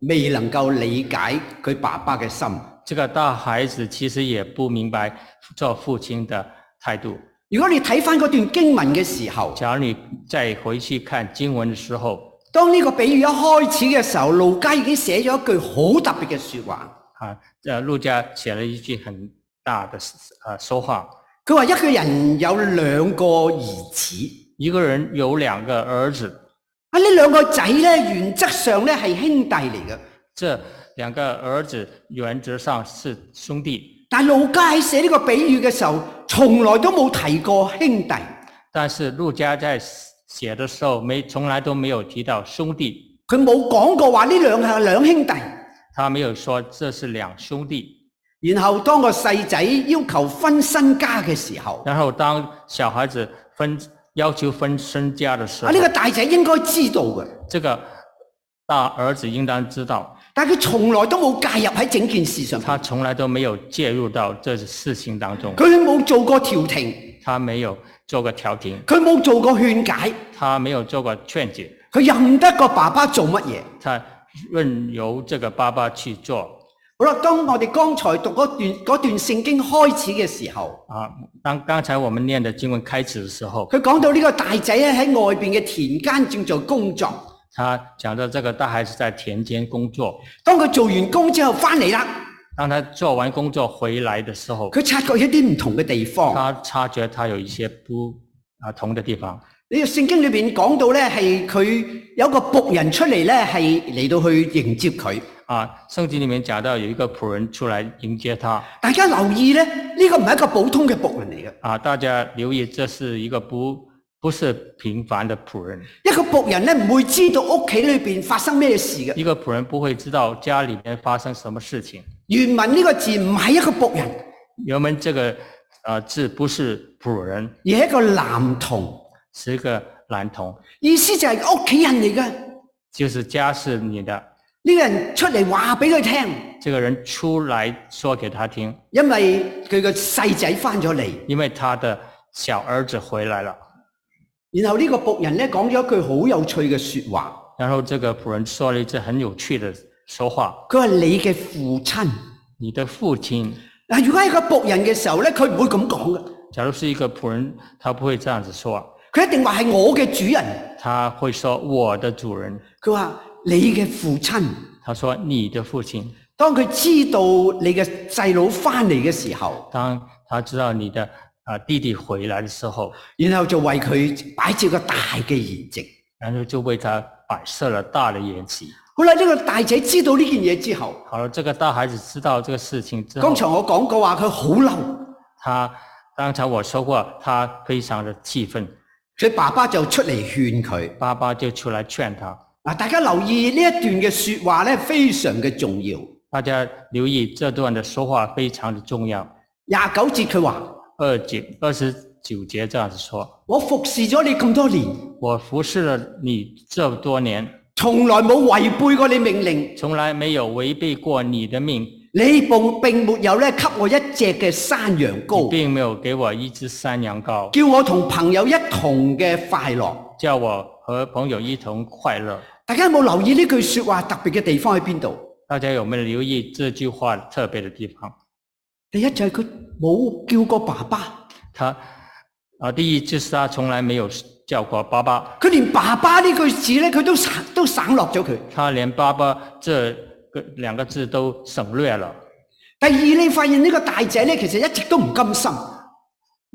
[SPEAKER 2] 未能夠理解佢爸爸嘅心。
[SPEAKER 3] 这个大孩子其实也不明白做父亲的态度。
[SPEAKER 2] 如果你睇翻嗰段經文嘅時候，
[SPEAKER 3] 假如你再回去看经文的时候，
[SPEAKER 2] 當呢個比喻一開始嘅時候，路加已經寫咗一句好特別嘅说話。
[SPEAKER 3] 啊，呃，陆家写了一句很大的呃说话，
[SPEAKER 2] 佢話一個人有兩個兒子，
[SPEAKER 3] 一个人有兩個儿子，
[SPEAKER 2] 啊呢兩個仔呢，原則上呢係兄弟嚟嘅。
[SPEAKER 3] 这两个儿子原则上是兄弟，
[SPEAKER 2] 但路加喺寫呢個比喻嘅時候，從來都冇提過兄弟。
[SPEAKER 3] 但是陆家在写的时候没从来都没有提到兄弟，
[SPEAKER 2] 佢冇講過話呢兩係兩兄弟。
[SPEAKER 3] 他没有说这是两兄弟。
[SPEAKER 2] 然後當個細仔要求分身家嘅時候，
[SPEAKER 3] 然后当小孩子分要求分身家的时
[SPEAKER 2] 啊
[SPEAKER 3] 候
[SPEAKER 2] 呢、，個大仔應該知道嘅，
[SPEAKER 3] 这个大儿子应当知道，
[SPEAKER 2] 但佢從來都冇介入喺整件事上面。
[SPEAKER 3] 他从来都没有介入到这事情当中，
[SPEAKER 2] 佢冇做過調停，
[SPEAKER 3] 他没有做过调停，
[SPEAKER 2] 佢冇做過勸解，
[SPEAKER 3] 他没有做过劝解，
[SPEAKER 2] 佢任得個爸爸做乜嘢。
[SPEAKER 3] 他任由这个爸爸去做。
[SPEAKER 2] 好啦，當我哋剛才讀嗰段嗰段聖經開始嘅時候，
[SPEAKER 3] 啊，当刚才我们念的经文开始的时候，
[SPEAKER 2] 佢講到呢個大仔咧喺外邊嘅田間正在工作。
[SPEAKER 3] 他讲到这个大孩子在田间工作，
[SPEAKER 2] 當佢做完工之後翻嚟啦，
[SPEAKER 3] 当他做完工作回来的时候，
[SPEAKER 2] 佢察覺一啲唔同嘅地方。呢、
[SPEAKER 3] 他察觉他有一些不啊同的地方。
[SPEAKER 2] 個聖經裏邊講到咧係佢有個仆人出嚟咧係嚟到去迎接佢。
[SPEAKER 3] 啊，圣经里面讲到有一个仆人出来迎接他，
[SPEAKER 2] 大家留意咧，呢、個唔係一個普通嘅仆人嚟嘅，
[SPEAKER 3] 啊，大家留意，这是一个不不是平凡的仆人。
[SPEAKER 2] 一個仆人咧唔會知道屋企裏邊發生咩事嘅。
[SPEAKER 3] 一个仆人不会知道家里面发生什么事情。
[SPEAKER 2] 原文呢個字唔係一個仆人，
[SPEAKER 3] 原文这个呃字不是仆人，
[SPEAKER 2] 而係一個男童，
[SPEAKER 3] 是一个男童，
[SPEAKER 2] 意思就係屋企人嚟嘅。
[SPEAKER 3] 就是家是你的。
[SPEAKER 2] 呢、個人出嚟話俾佢聽，
[SPEAKER 3] 这个人出来说给他听，
[SPEAKER 2] 因為佢個細仔翻咗嚟。
[SPEAKER 3] 因为他的小儿子回来了。
[SPEAKER 2] 然後呢個仆人咧講咗一句好有趣嘅説話，
[SPEAKER 3] 然后这个仆人说了一句很有趣的说话
[SPEAKER 2] 佢話：你嘅父親。：“
[SPEAKER 3] 你的父亲。”
[SPEAKER 2] 嗱，如果係個仆人嘅時候咧，佢唔會咁講嘅，
[SPEAKER 3] 假如是一个仆人，他不会这样子说，
[SPEAKER 2] 佢一定話係我嘅主人。
[SPEAKER 3] 他会说：“我的主人。
[SPEAKER 2] 佢話你嘅父親。”
[SPEAKER 3] 他说：“你的父亲。
[SPEAKER 2] 當佢知道你嘅細佬翻嚟嘅時候”，
[SPEAKER 3] 当他知道你的啊、呃弟弟回来的时候，
[SPEAKER 2] 然後就為佢擺設個大嘅筵席。
[SPEAKER 3] 然后就为他摆设了大的宴席。
[SPEAKER 2] 好啦，呢、個大仔知道呢件嘢之後，
[SPEAKER 3] 好了，这个大孩子知道这个事情之后
[SPEAKER 2] 剛，才我講過話，佢好嬲，
[SPEAKER 3] 他刚才我说过，他非常的气愤，
[SPEAKER 2] 佢爸爸就出嚟勸佢。
[SPEAKER 3] 爸爸就出来劝他。
[SPEAKER 2] 嗱，大家留意呢一段嘅説話咧，非常嘅重要。
[SPEAKER 3] 大家留意这段的说话非常的重要。
[SPEAKER 2] 廿九節佢話：
[SPEAKER 3] 二节二十九节这样子说
[SPEAKER 2] 我服侍咗你咁多年，：“
[SPEAKER 3] 我服侍了你这么多年，
[SPEAKER 2] 從來冇違背過你命令，
[SPEAKER 3] 从来没有违背過你的命，
[SPEAKER 2] 你並並沒有咧給我一隻嘅山羊
[SPEAKER 3] 你
[SPEAKER 2] 羔，
[SPEAKER 3] 并没有给我一只山羊羔，
[SPEAKER 2] 叫我同朋友一同嘅快樂。
[SPEAKER 3] 叫我和朋友一同快乐。
[SPEAKER 2] 大家有冇留意呢句説話特別嘅地方喺邊度？
[SPEAKER 3] 大家有没有留意这句话特别的地方？
[SPEAKER 2] 第一就係佢冇叫過爸爸，
[SPEAKER 3] 他啊，第一就是他从来没有叫过爸爸，
[SPEAKER 2] 佢連爸爸呢句字咧，佢都省都省落咗佢。
[SPEAKER 3] 他连爸爸这个两个字都省略了。
[SPEAKER 2] 第二，你發現呢個大仔咧，其實一直都唔甘心，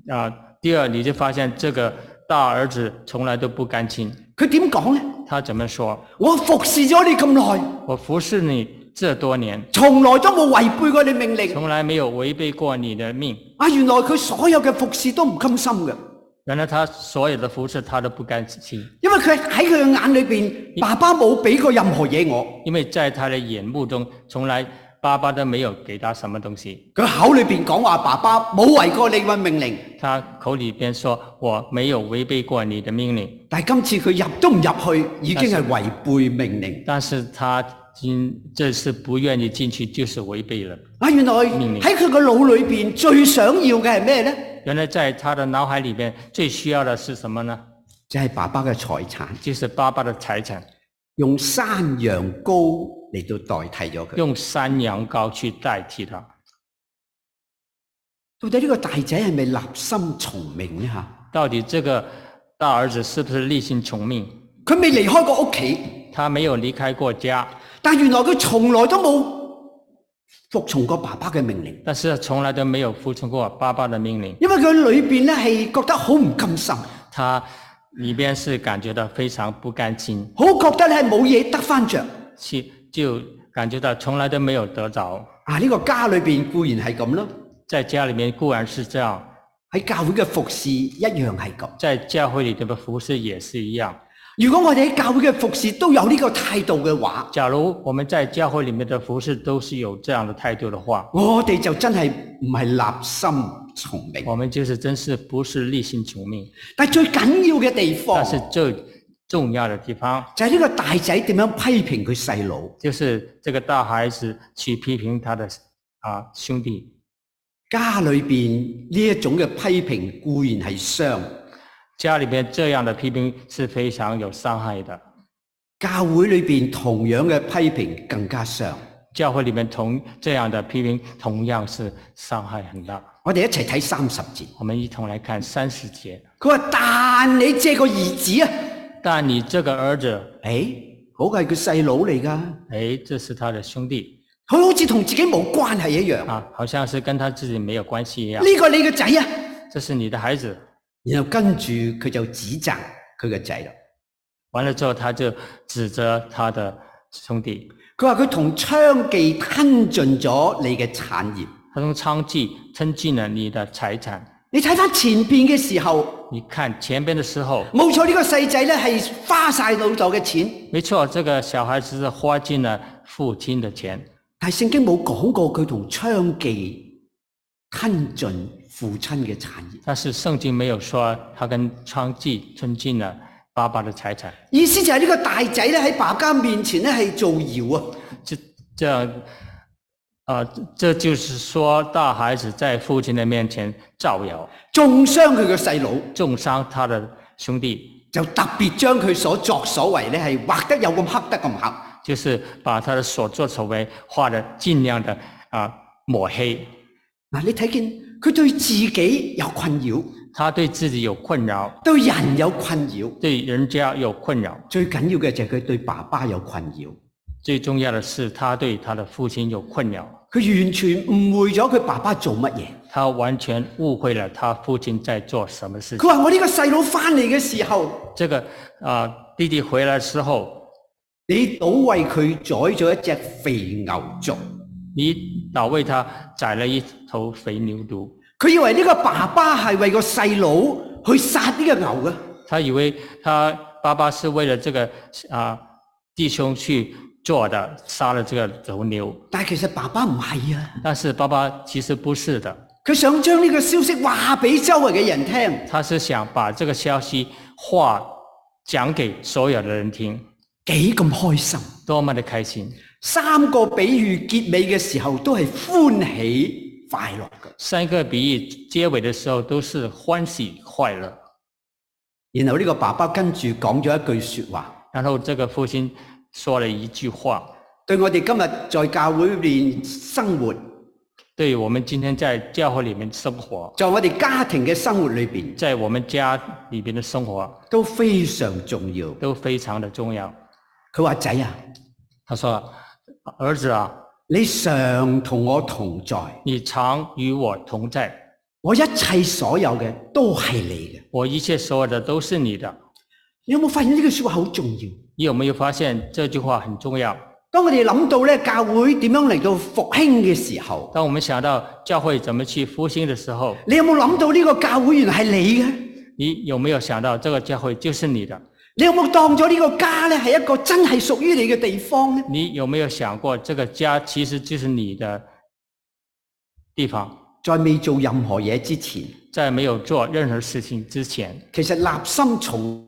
[SPEAKER 3] 啊，第二，你就发现这个大儿子从来都不甘心，
[SPEAKER 2] 佢點講咧？
[SPEAKER 3] 他怎么说？
[SPEAKER 2] 我服侍咗你咁耐，
[SPEAKER 3] 我服侍你这多年，
[SPEAKER 2] 從來都冇違背過你命令。
[SPEAKER 3] 从来没有违背过你的命。
[SPEAKER 2] 啊，原來佢所有嘅服侍都唔甘心嘅，
[SPEAKER 3] 原来他所有的服侍他都不甘心，
[SPEAKER 2] 因為佢喺佢嘅眼裏邊，爸爸冇俾過任何嘢我，
[SPEAKER 3] 因为在他的眼目中，从来爸爸都没有给他什么东西。
[SPEAKER 2] 佢口裏邊講話爸爸冇違過你嘅命令，
[SPEAKER 3] 他口里边说我没有违背过你的命令，
[SPEAKER 2] 但係今次佢入都唔入去，已經係違背命令。
[SPEAKER 3] 但是他今这次不愿意进去，就是违背了。
[SPEAKER 2] 啊，原來喺佢個腦裏邊最想要嘅係咩呢？
[SPEAKER 3] 原来在他的脑海里边最需要的是什么呢？
[SPEAKER 2] 就係、爸爸嘅財產，
[SPEAKER 3] 就是爸爸的财产，
[SPEAKER 2] 用山羊羔嚟到代替咗佢。
[SPEAKER 3] 用山羊羔去代替他。
[SPEAKER 2] 到底呢個大仔係咪立心從命呢？嚇，
[SPEAKER 3] 到底这个大儿子是不是立心从命？
[SPEAKER 2] 佢未離開過屋企，
[SPEAKER 3] 他没有离开过家，
[SPEAKER 2] 但原來佢從來都冇服從過爸爸嘅命令，
[SPEAKER 3] 但是从来都没有服从过爸爸的命令。
[SPEAKER 2] 因為佢裏邊咧係覺得好唔甘心，
[SPEAKER 3] 他里边是感觉到非常不甘心，
[SPEAKER 2] 好覺得咧冇嘢得翻着。
[SPEAKER 3] 是就感觉到从来都没有得着。
[SPEAKER 2] 啊，呢、個家裏邊固然係咁啦，
[SPEAKER 3] 在家里面固然是这样，
[SPEAKER 2] 喺教會嘅服侍一樣係咁。
[SPEAKER 3] 在教会里头的服饰也是一样。
[SPEAKER 2] 如果我哋喺教會嘅服侍都有呢個態度嘅話，
[SPEAKER 3] 假如我们在教会里面的服饰都是有这样的态度的话，
[SPEAKER 2] 我哋就真係唔係立心從命，
[SPEAKER 3] 我们就是真是不是立心求命。
[SPEAKER 2] 但最緊要嘅地方
[SPEAKER 3] 但是最重要的地方
[SPEAKER 2] 就係呢個大仔點樣批評佢細佬。
[SPEAKER 3] 就是这个大孩子去批评他的啊兄弟，
[SPEAKER 2] 家裏边呢一種嘅批評固然係傷，
[SPEAKER 3] 家里面这样的批评是非常有伤害的。
[SPEAKER 2] 教會裏边同樣嘅批評更加傷。
[SPEAKER 3] 教会里面同这样的批评同样是伤害很大。
[SPEAKER 2] 我哋一齊睇三十節，
[SPEAKER 3] 我们一同来看三十节。
[SPEAKER 2] 佢話：但你借個兒子啊，
[SPEAKER 3] 但你这个儿子，
[SPEAKER 2] 诶、嗰、個係佢細佬嚟㗎，
[SPEAKER 3] 哎，这是他的兄弟
[SPEAKER 2] 佢好似同自己冇關係一樣。呢、
[SPEAKER 3] 啊，好像是跟他自己没有关系一样。
[SPEAKER 2] 個你嘅仔啊，
[SPEAKER 3] 这是你的孩子。
[SPEAKER 2] 然後跟住佢就指責佢嘅仔啦。
[SPEAKER 3] 完了之后，他就指责他的兄弟，
[SPEAKER 2] 佢話佢同娼妓吞盡咗你嘅產業，
[SPEAKER 3] 他用娼妓吞进了你的财产。
[SPEAKER 2] 呢、你睇翻前邊嘅時候，
[SPEAKER 3] 你看前边的时候，
[SPEAKER 2] 冇錯，呢、個細仔咧係花晒老豆嘅錢，
[SPEAKER 3] 没错，这个小孩子是花尽了父亲的钱，
[SPEAKER 2] 但係聖經冇講過佢同娼妓吞盡父親嘅產業。
[SPEAKER 3] 但是圣经没有说他跟娼妓吞进了爸爸的财产。
[SPEAKER 2] 意思就係呢個大仔咧喺爸爸面前咧係造謠啊！
[SPEAKER 3] 这这样，啊、这就是说，大孩子在父亲的面前造谣，
[SPEAKER 2] 重傷佢嘅細佬，
[SPEAKER 3] 重伤他的兄弟，
[SPEAKER 2] 就特別將佢所作所為咧係畫得有咁黑得咁黑。
[SPEAKER 3] 就是把他的所作所为画的尽量的啊、抹黑。
[SPEAKER 2] 嗱，你睇見佢對自己有困擾，
[SPEAKER 3] 他对自己有困扰，
[SPEAKER 2] 對人有困擾，
[SPEAKER 3] 对人家有困扰，
[SPEAKER 2] 最緊要嘅就係佢對爸爸有困擾。
[SPEAKER 3] 最重要的是他对他的父亲有困扰。
[SPEAKER 2] 佢完全誤會咗佢爸爸做乜嘢。
[SPEAKER 3] 他完全误会了他父亲在做什么事情。
[SPEAKER 2] 佢話：我呢個細佬翻嚟嘅時候，
[SPEAKER 3] 这个啊、弟弟回来之后，
[SPEAKER 2] 你倒為佢宰咗一隻肥牛犢。
[SPEAKER 3] 你老为他宰了一头肥牛犊。
[SPEAKER 2] 佢以為呢個爸爸係為個細佬去殺呢個牛嘅。
[SPEAKER 3] 他以为他爸爸是为了这个啊、弟兄去做的，杀了这个头牛。
[SPEAKER 2] 但係其實爸爸唔係啊，
[SPEAKER 3] 但是爸爸其实不是的，
[SPEAKER 2] 佢想將呢個消息話俾周圍嘅人聽，
[SPEAKER 3] 他是想把这个消息话讲给所有的人听，
[SPEAKER 2] 幾咁開心。
[SPEAKER 3] 多么的开心！
[SPEAKER 2] 三個比喻結尾嘅時候都係歡喜快樂嘅。
[SPEAKER 3] 三个比喻结尾的时候都是欢喜快乐。
[SPEAKER 2] 然後呢個爸爸跟住講咗一句说話，
[SPEAKER 3] 然后这个父亲说了一句话，
[SPEAKER 2] 對我哋今日在教會裏面生活，
[SPEAKER 3] 对我们今天在教会里面生活，
[SPEAKER 2] 在我哋家庭嘅生活裏面
[SPEAKER 3] 在我们家里边的生活
[SPEAKER 2] 都非常重要。
[SPEAKER 3] 都非常的重要。
[SPEAKER 2] 佢話：仔啊，
[SPEAKER 3] 他说：“儿子啊，
[SPEAKER 2] 你常同我同在，
[SPEAKER 3] 你常与我同在，
[SPEAKER 2] 我一切所有嘅都係你嘅。
[SPEAKER 3] 我一切所有的都是你的。
[SPEAKER 2] 你有冇發現呢句说話好重要？”
[SPEAKER 3] 你有没有发现这句话很重要？
[SPEAKER 2] 當我哋諗到咧教會點樣嚟到復興嘅時候，
[SPEAKER 3] 当我们想到教会怎么去复兴的时候，
[SPEAKER 2] 你有冇諗到呢個教會原來係你嘅？
[SPEAKER 3] 你有没有想到这个教会就是你的？
[SPEAKER 2] 你有冇當咗呢個家咧係一個真係屬於你嘅地方呢？
[SPEAKER 3] 你有没有想过这个家其实就是你的地方？
[SPEAKER 2] 在未做任何嘢之前，
[SPEAKER 3] 在没有做任何事情之前，
[SPEAKER 2] 其實立心重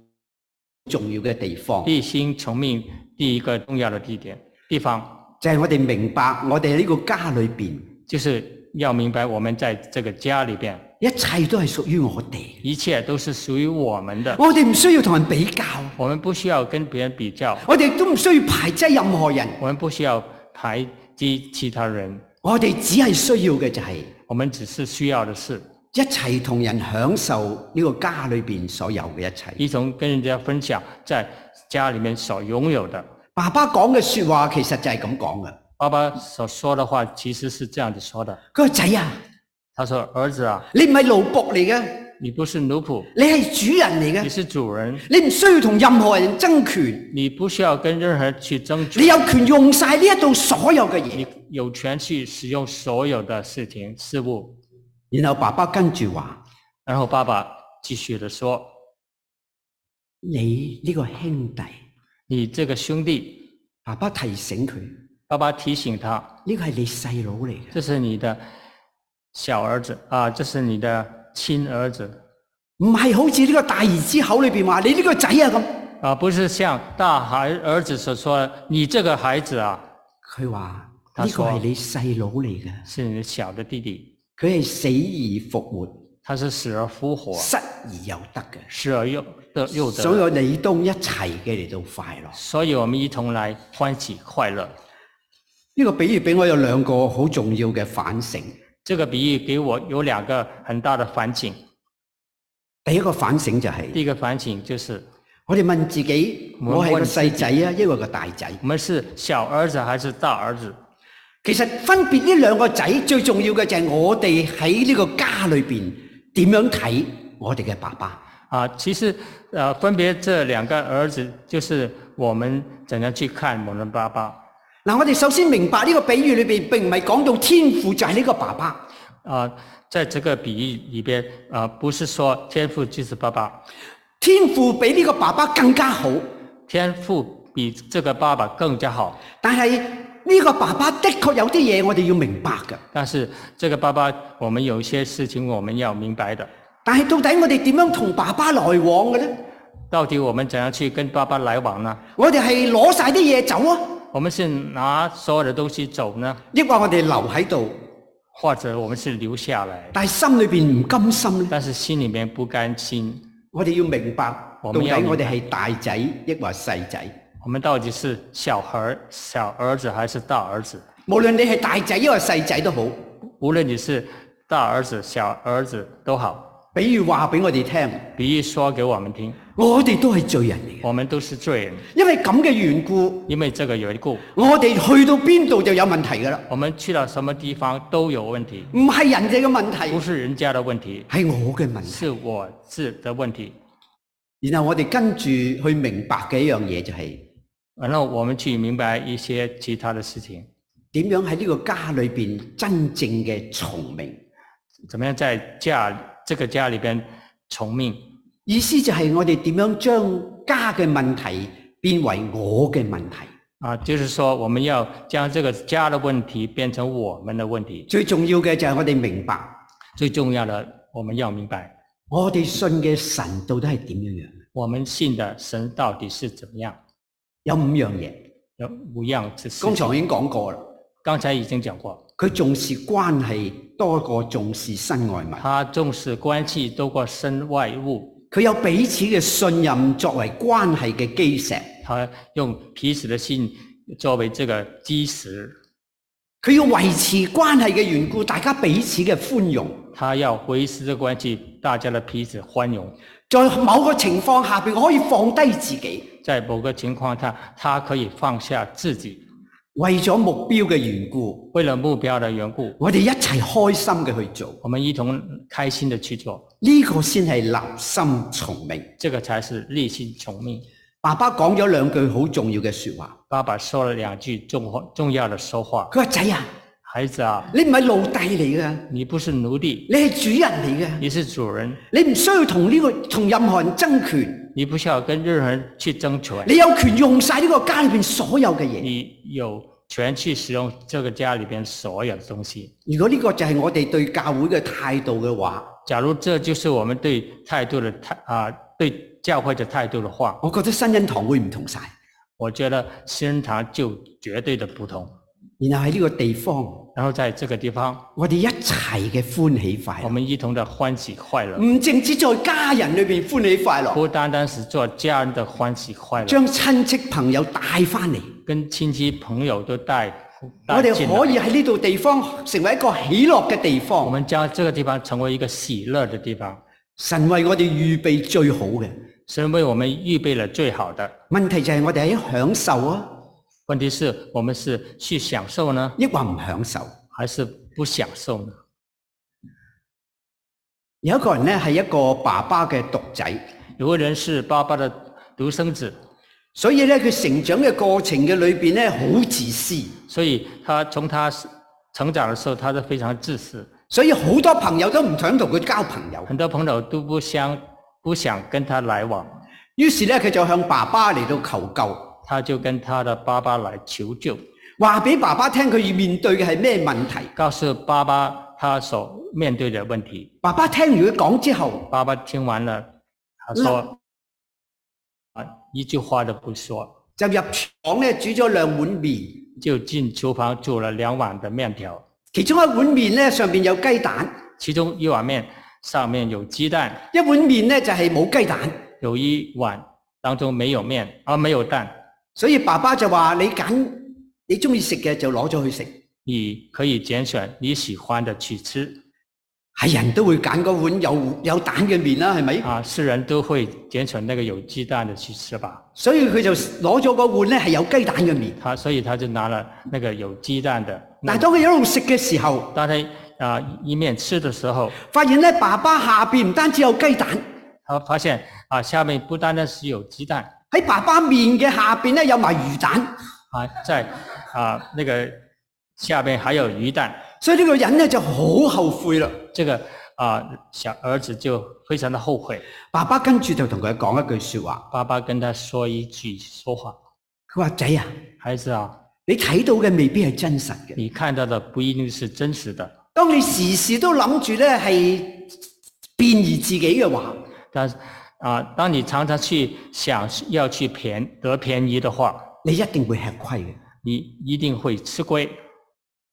[SPEAKER 2] 重要嘅地方，
[SPEAKER 3] 立心从命第一个重要的地点地方，
[SPEAKER 2] 就係我哋明白我哋喺呢個家裏面，
[SPEAKER 3] 就是要明白我们在这个家里边，
[SPEAKER 2] 一切都係屬於我哋。
[SPEAKER 3] 一切都是属于我们的。
[SPEAKER 2] 我哋唔需要同人比較，
[SPEAKER 3] 我们不需要跟别人比较，
[SPEAKER 2] 我哋都唔需要排擠任何人。
[SPEAKER 3] 我们不需要排挤其他人，
[SPEAKER 2] 我哋只係需要嘅就係
[SPEAKER 3] 我们只是需要的是
[SPEAKER 2] 一齊同人享受呢個家裏面所有嘅一切。
[SPEAKER 3] 一同跟人家分享在家里面所拥有的。
[SPEAKER 2] 爸爸講嘅说話其實就係咁講嘅。
[SPEAKER 3] 爸爸所说的话其实是这样子说的，
[SPEAKER 2] 佢話仔啊，
[SPEAKER 3] 他说：“儿子啊，
[SPEAKER 2] 你唔係奴仆嚟嘅，
[SPEAKER 3] 你不是奴仆，
[SPEAKER 2] 你係主人嚟嘅，
[SPEAKER 3] 你是主人，
[SPEAKER 2] 你唔需要同任何人爭權，
[SPEAKER 3] 你不需要跟任何人去争取
[SPEAKER 2] 你，有權用晒呢一度所有嘅嘢
[SPEAKER 3] 你。有权去使用所有的事情事物。
[SPEAKER 2] 然後爸爸跟住話：”
[SPEAKER 3] 然后爸爸继续的说
[SPEAKER 2] 你呢個兄弟，：“
[SPEAKER 3] 你这个兄弟，
[SPEAKER 2] 爸爸提醒佢，
[SPEAKER 3] 爸爸提醒他，
[SPEAKER 2] 呢個係你細佬嚟嘅，
[SPEAKER 3] 这是你的小儿子啊，这是你的亲儿子
[SPEAKER 2] 唔係好似呢個大兒子口裏面話你呢個仔啊咁。
[SPEAKER 3] 啊，不是像大孩儿子所说，你这个孩子啊，
[SPEAKER 2] 佢話
[SPEAKER 3] 他
[SPEAKER 2] 呢個
[SPEAKER 3] 說
[SPEAKER 2] 係你細佬嚟嘅，
[SPEAKER 3] 是你的小的弟弟，
[SPEAKER 2] 佢係死而復活，
[SPEAKER 3] 他是死而复活，
[SPEAKER 2] 失而又得嘅。
[SPEAKER 3] 失而又得又
[SPEAKER 2] 所
[SPEAKER 3] 得。
[SPEAKER 2] 有你都一齊嘅嚟到快樂。
[SPEAKER 3] 所以，我们一同来欢喜快乐。
[SPEAKER 2] 呢個比喻俾我有兩個好重要嘅反省。
[SPEAKER 3] 这个比喻给我有两个很大的反省。
[SPEAKER 2] 第一個反省就係、
[SPEAKER 3] 第一个反省就是，
[SPEAKER 2] 我哋問自己：
[SPEAKER 3] 我
[SPEAKER 2] 我係個
[SPEAKER 3] 問自
[SPEAKER 2] 細仔啊，抑或個大仔？
[SPEAKER 3] 我們是小儿子还是大儿子？
[SPEAKER 2] 其實分別呢兩個仔最重要嘅就係我哋喺呢個家裏邊點樣睇我哋嘅爸爸。
[SPEAKER 3] 啊，其实呃，分别这两个儿子，就是我们怎样去看我们爸爸。
[SPEAKER 2] 嗱，我哋首先明白呢個比喻裏邊並唔係講到天父就係呢個爸爸，
[SPEAKER 3] 啊，在这个比喻里边啊，不是说天父就是爸爸，
[SPEAKER 2] 天父比呢個爸爸更加好，
[SPEAKER 3] 天父比这个爸爸更加好，
[SPEAKER 2] 但係呢個爸爸的確有啲嘢我哋要明白嘅。
[SPEAKER 3] 但是这个爸爸，我们有一些事情我们要明白的。
[SPEAKER 2] 但係到底我哋點樣同爸爸來往嘅呢？
[SPEAKER 3] 到底我们怎样去跟爸爸来往呢？
[SPEAKER 2] 我哋係攞晒啲嘢走啊，
[SPEAKER 3] 我们是拿所有的东西走呢，
[SPEAKER 2] 抑或我哋留喺度，
[SPEAKER 3] 或者我们是留下来？
[SPEAKER 2] 但係心裏邊唔甘心呢？
[SPEAKER 3] 但是心里面不甘心，
[SPEAKER 2] 我哋要明白到
[SPEAKER 3] 我
[SPEAKER 2] 底
[SPEAKER 3] 們要明白
[SPEAKER 2] 我哋係大仔抑或細仔。
[SPEAKER 3] 我们到底是小孩儿、小儿子还是大儿子？
[SPEAKER 2] 無論你係大仔抑或細仔都好，
[SPEAKER 3] 无论你是大儿子、小儿子都好，
[SPEAKER 2] 比如話俾我哋聽，
[SPEAKER 3] 比喻说给我们听，
[SPEAKER 2] 我哋都係罪人嚟嘅，
[SPEAKER 3] 我们都是罪人，
[SPEAKER 2] 因為咁嘅緣故，
[SPEAKER 3] 因为这个缘故，
[SPEAKER 2] 我哋去到邊度就有問題㗎啦，
[SPEAKER 3] 我们去到什么地方都有问题，
[SPEAKER 2] 唔係人哋嘅問題
[SPEAKER 3] 不，是人家的问题，
[SPEAKER 2] 係我嘅問題。
[SPEAKER 3] 是我自的问题。
[SPEAKER 2] 然後我哋跟住去明白嘅一樣嘢就係
[SPEAKER 3] 然后我们去明白一些其他的事情，
[SPEAKER 2] 點樣喺呢個家裏邊真正嘅從明。
[SPEAKER 3] 怎么样在家这个家里边从命。
[SPEAKER 2] 意思就係我哋點樣將家嘅問題變為我嘅問題。
[SPEAKER 3] 啊，就是说我们要将这个家的问题变成我们的问题。
[SPEAKER 2] 最重要嘅就係我哋明白，
[SPEAKER 3] 最重要的，我们要明白
[SPEAKER 2] 我哋信嘅神到底係點樣樣。
[SPEAKER 3] 我们信的神到底是怎么样。
[SPEAKER 2] 有五樣嘢，
[SPEAKER 3] 有五样之事
[SPEAKER 2] 剛，才我已經講過啦。
[SPEAKER 3] 刚才已经讲過，
[SPEAKER 2] 佢重視關係多過重視身外物，
[SPEAKER 3] 他重视关系多过身外物，
[SPEAKER 2] 佢有彼此嘅信任作為關係嘅基石。
[SPEAKER 3] 他用彼此的信作为这个基石，
[SPEAKER 2] 佢要維持關係嘅緣故，大家彼此嘅寬容。
[SPEAKER 3] 他要维持这个关系，大家的彼此宽容。
[SPEAKER 2] 在某個情況下邊，我可以放低自己，
[SPEAKER 3] 在某个情况下，他可以放下自己，
[SPEAKER 2] 為咗目標嘅緣故，
[SPEAKER 3] 为了目标的缘故，
[SPEAKER 2] 我哋一齊開心嘅去做。
[SPEAKER 3] 我们一同开心的去做。
[SPEAKER 2] 呢、個先係立心從命。
[SPEAKER 3] 这个才是立心从命。
[SPEAKER 2] 爸爸講咗兩句好重要嘅说話，
[SPEAKER 3] 爸爸说了兩句重重要的说話：
[SPEAKER 2] 佢話：仔啊，
[SPEAKER 3] 孩子啊，
[SPEAKER 2] 你唔係奴隸嚟㗎，
[SPEAKER 3] 你不是奴隸，
[SPEAKER 2] 你係主人嚟㗎，
[SPEAKER 3] 你是主人，
[SPEAKER 2] 你唔需要同呢、個同任何人爭權，
[SPEAKER 3] 你不需要跟任何人去爭權，
[SPEAKER 2] 你有權用晒呢個家裏边所有嘅嘢。
[SPEAKER 3] 你有权去使用这个家里边所有的东西。
[SPEAKER 2] 如果呢個就係我哋對教會嘅態度嘅話，
[SPEAKER 3] 假如这就是我们对态度的态啊、对教会的态度的话，
[SPEAKER 2] 我覺得新恩堂會唔同晒。
[SPEAKER 3] 我觉得新人堂就绝对的不同。
[SPEAKER 2] 然後喺呢個地方，
[SPEAKER 3] 然后在这个地方，
[SPEAKER 2] 我哋一齊嘅歡喜快
[SPEAKER 3] 我
[SPEAKER 2] 樂，
[SPEAKER 3] 们一同的欢喜快乐，
[SPEAKER 2] 唔淨止在家人裏边歡喜快樂，
[SPEAKER 3] 不单单是做家人的欢喜快乐。
[SPEAKER 2] 將親戚朋友帶翻嚟。
[SPEAKER 3] 跟亲戚朋友都带
[SPEAKER 2] 我
[SPEAKER 3] 带
[SPEAKER 2] 哋
[SPEAKER 3] 进来
[SPEAKER 2] 可以喺呢度地方成為一個喜樂嘅地
[SPEAKER 3] 我
[SPEAKER 2] 方。
[SPEAKER 3] 们将这个地方成为一个喜乐的地方。
[SPEAKER 2] 神為我哋預備最好嘅
[SPEAKER 3] 神为我们预备了最好的，
[SPEAKER 2] 問題就係我哋喺享受啊，
[SPEAKER 3] 问题是我们是去享受呢，
[SPEAKER 2] 抑或唔享受。
[SPEAKER 3] 还是不享受呢？
[SPEAKER 2] 有一個人呢係一個爸爸嘅獨仔，
[SPEAKER 3] 有个人是爸爸的独生子，
[SPEAKER 2] 所以呢，佢成長嘅過程嘅裏边呢，好自私，
[SPEAKER 3] 所以他从他成长的时候，他是非常自私，
[SPEAKER 2] 所以好多朋友都唔想同佢交朋友。
[SPEAKER 3] 很多朋友都不相不想跟他来往，
[SPEAKER 2] 於是呢，佢就向爸爸嚟到求救，
[SPEAKER 3] 他就跟他的爸爸来求救，
[SPEAKER 2] 話俾爸爸聽佢要面對嘅係咩問題。
[SPEAKER 3] 告诉爸爸他所面对的问题。
[SPEAKER 2] 爸爸聽完佢講之後，
[SPEAKER 3] 爸爸听完了，他说：“啊，一句话都不说，
[SPEAKER 2] 就入廠呢煮咗兩碗面，
[SPEAKER 3] 就进厨房煮了两碗的面条，
[SPEAKER 2] 其中一碗面呢，上边有雞蛋。
[SPEAKER 3] 其中一碗面上面有鸡蛋，
[SPEAKER 2] 一碗面呢就係冇雞蛋，
[SPEAKER 3] 有一碗当中没有面啊，没有蛋，
[SPEAKER 2] 所以爸爸就話你揀你中意食嘅就攞咗去食，
[SPEAKER 3] 你可以拣选你喜欢的去吃
[SPEAKER 2] 係人都會揀嗰碗有有蛋嘅面啦，係咪？
[SPEAKER 3] 啊。世人都会拣选那个有鸡蛋的去吃吧。
[SPEAKER 2] 所以佢就攞咗嗰碗呢係有雞蛋嘅面，
[SPEAKER 3] 他所以他就拿了那个有鸡蛋的。
[SPEAKER 2] 但
[SPEAKER 3] 那
[SPEAKER 2] 係當佢一路食嘅時候，
[SPEAKER 3] 当他啊一面吃的时候，
[SPEAKER 2] 發現呢爸爸下边唔單止有雞蛋，
[SPEAKER 3] 他发现啊下面不单单是有鸡蛋。”
[SPEAKER 2] 喺爸爸面嘅下边呢有埋魚蛋，
[SPEAKER 3] 啊，在啊那个下面还有鱼蛋，
[SPEAKER 2] 所以呢個人咧就好後悔啦。
[SPEAKER 3] 这个啊、小儿子就非常的后悔。
[SPEAKER 2] 爸爸跟住就同佢講一句説話，
[SPEAKER 3] 爸爸跟他说一句说话
[SPEAKER 2] 佢話：仔啊，：“
[SPEAKER 3] 孩子啊，
[SPEAKER 2] 你睇到嘅未必係真實嘅。
[SPEAKER 3] 你看到的不一定是真实的。
[SPEAKER 2] 當你時時都諗住咧係變異自己嘅話，
[SPEAKER 3] 但啊、当你常常去想要去便得便宜的话，
[SPEAKER 2] 你一定會吃虧嘅。
[SPEAKER 3] 你一定会吃亏。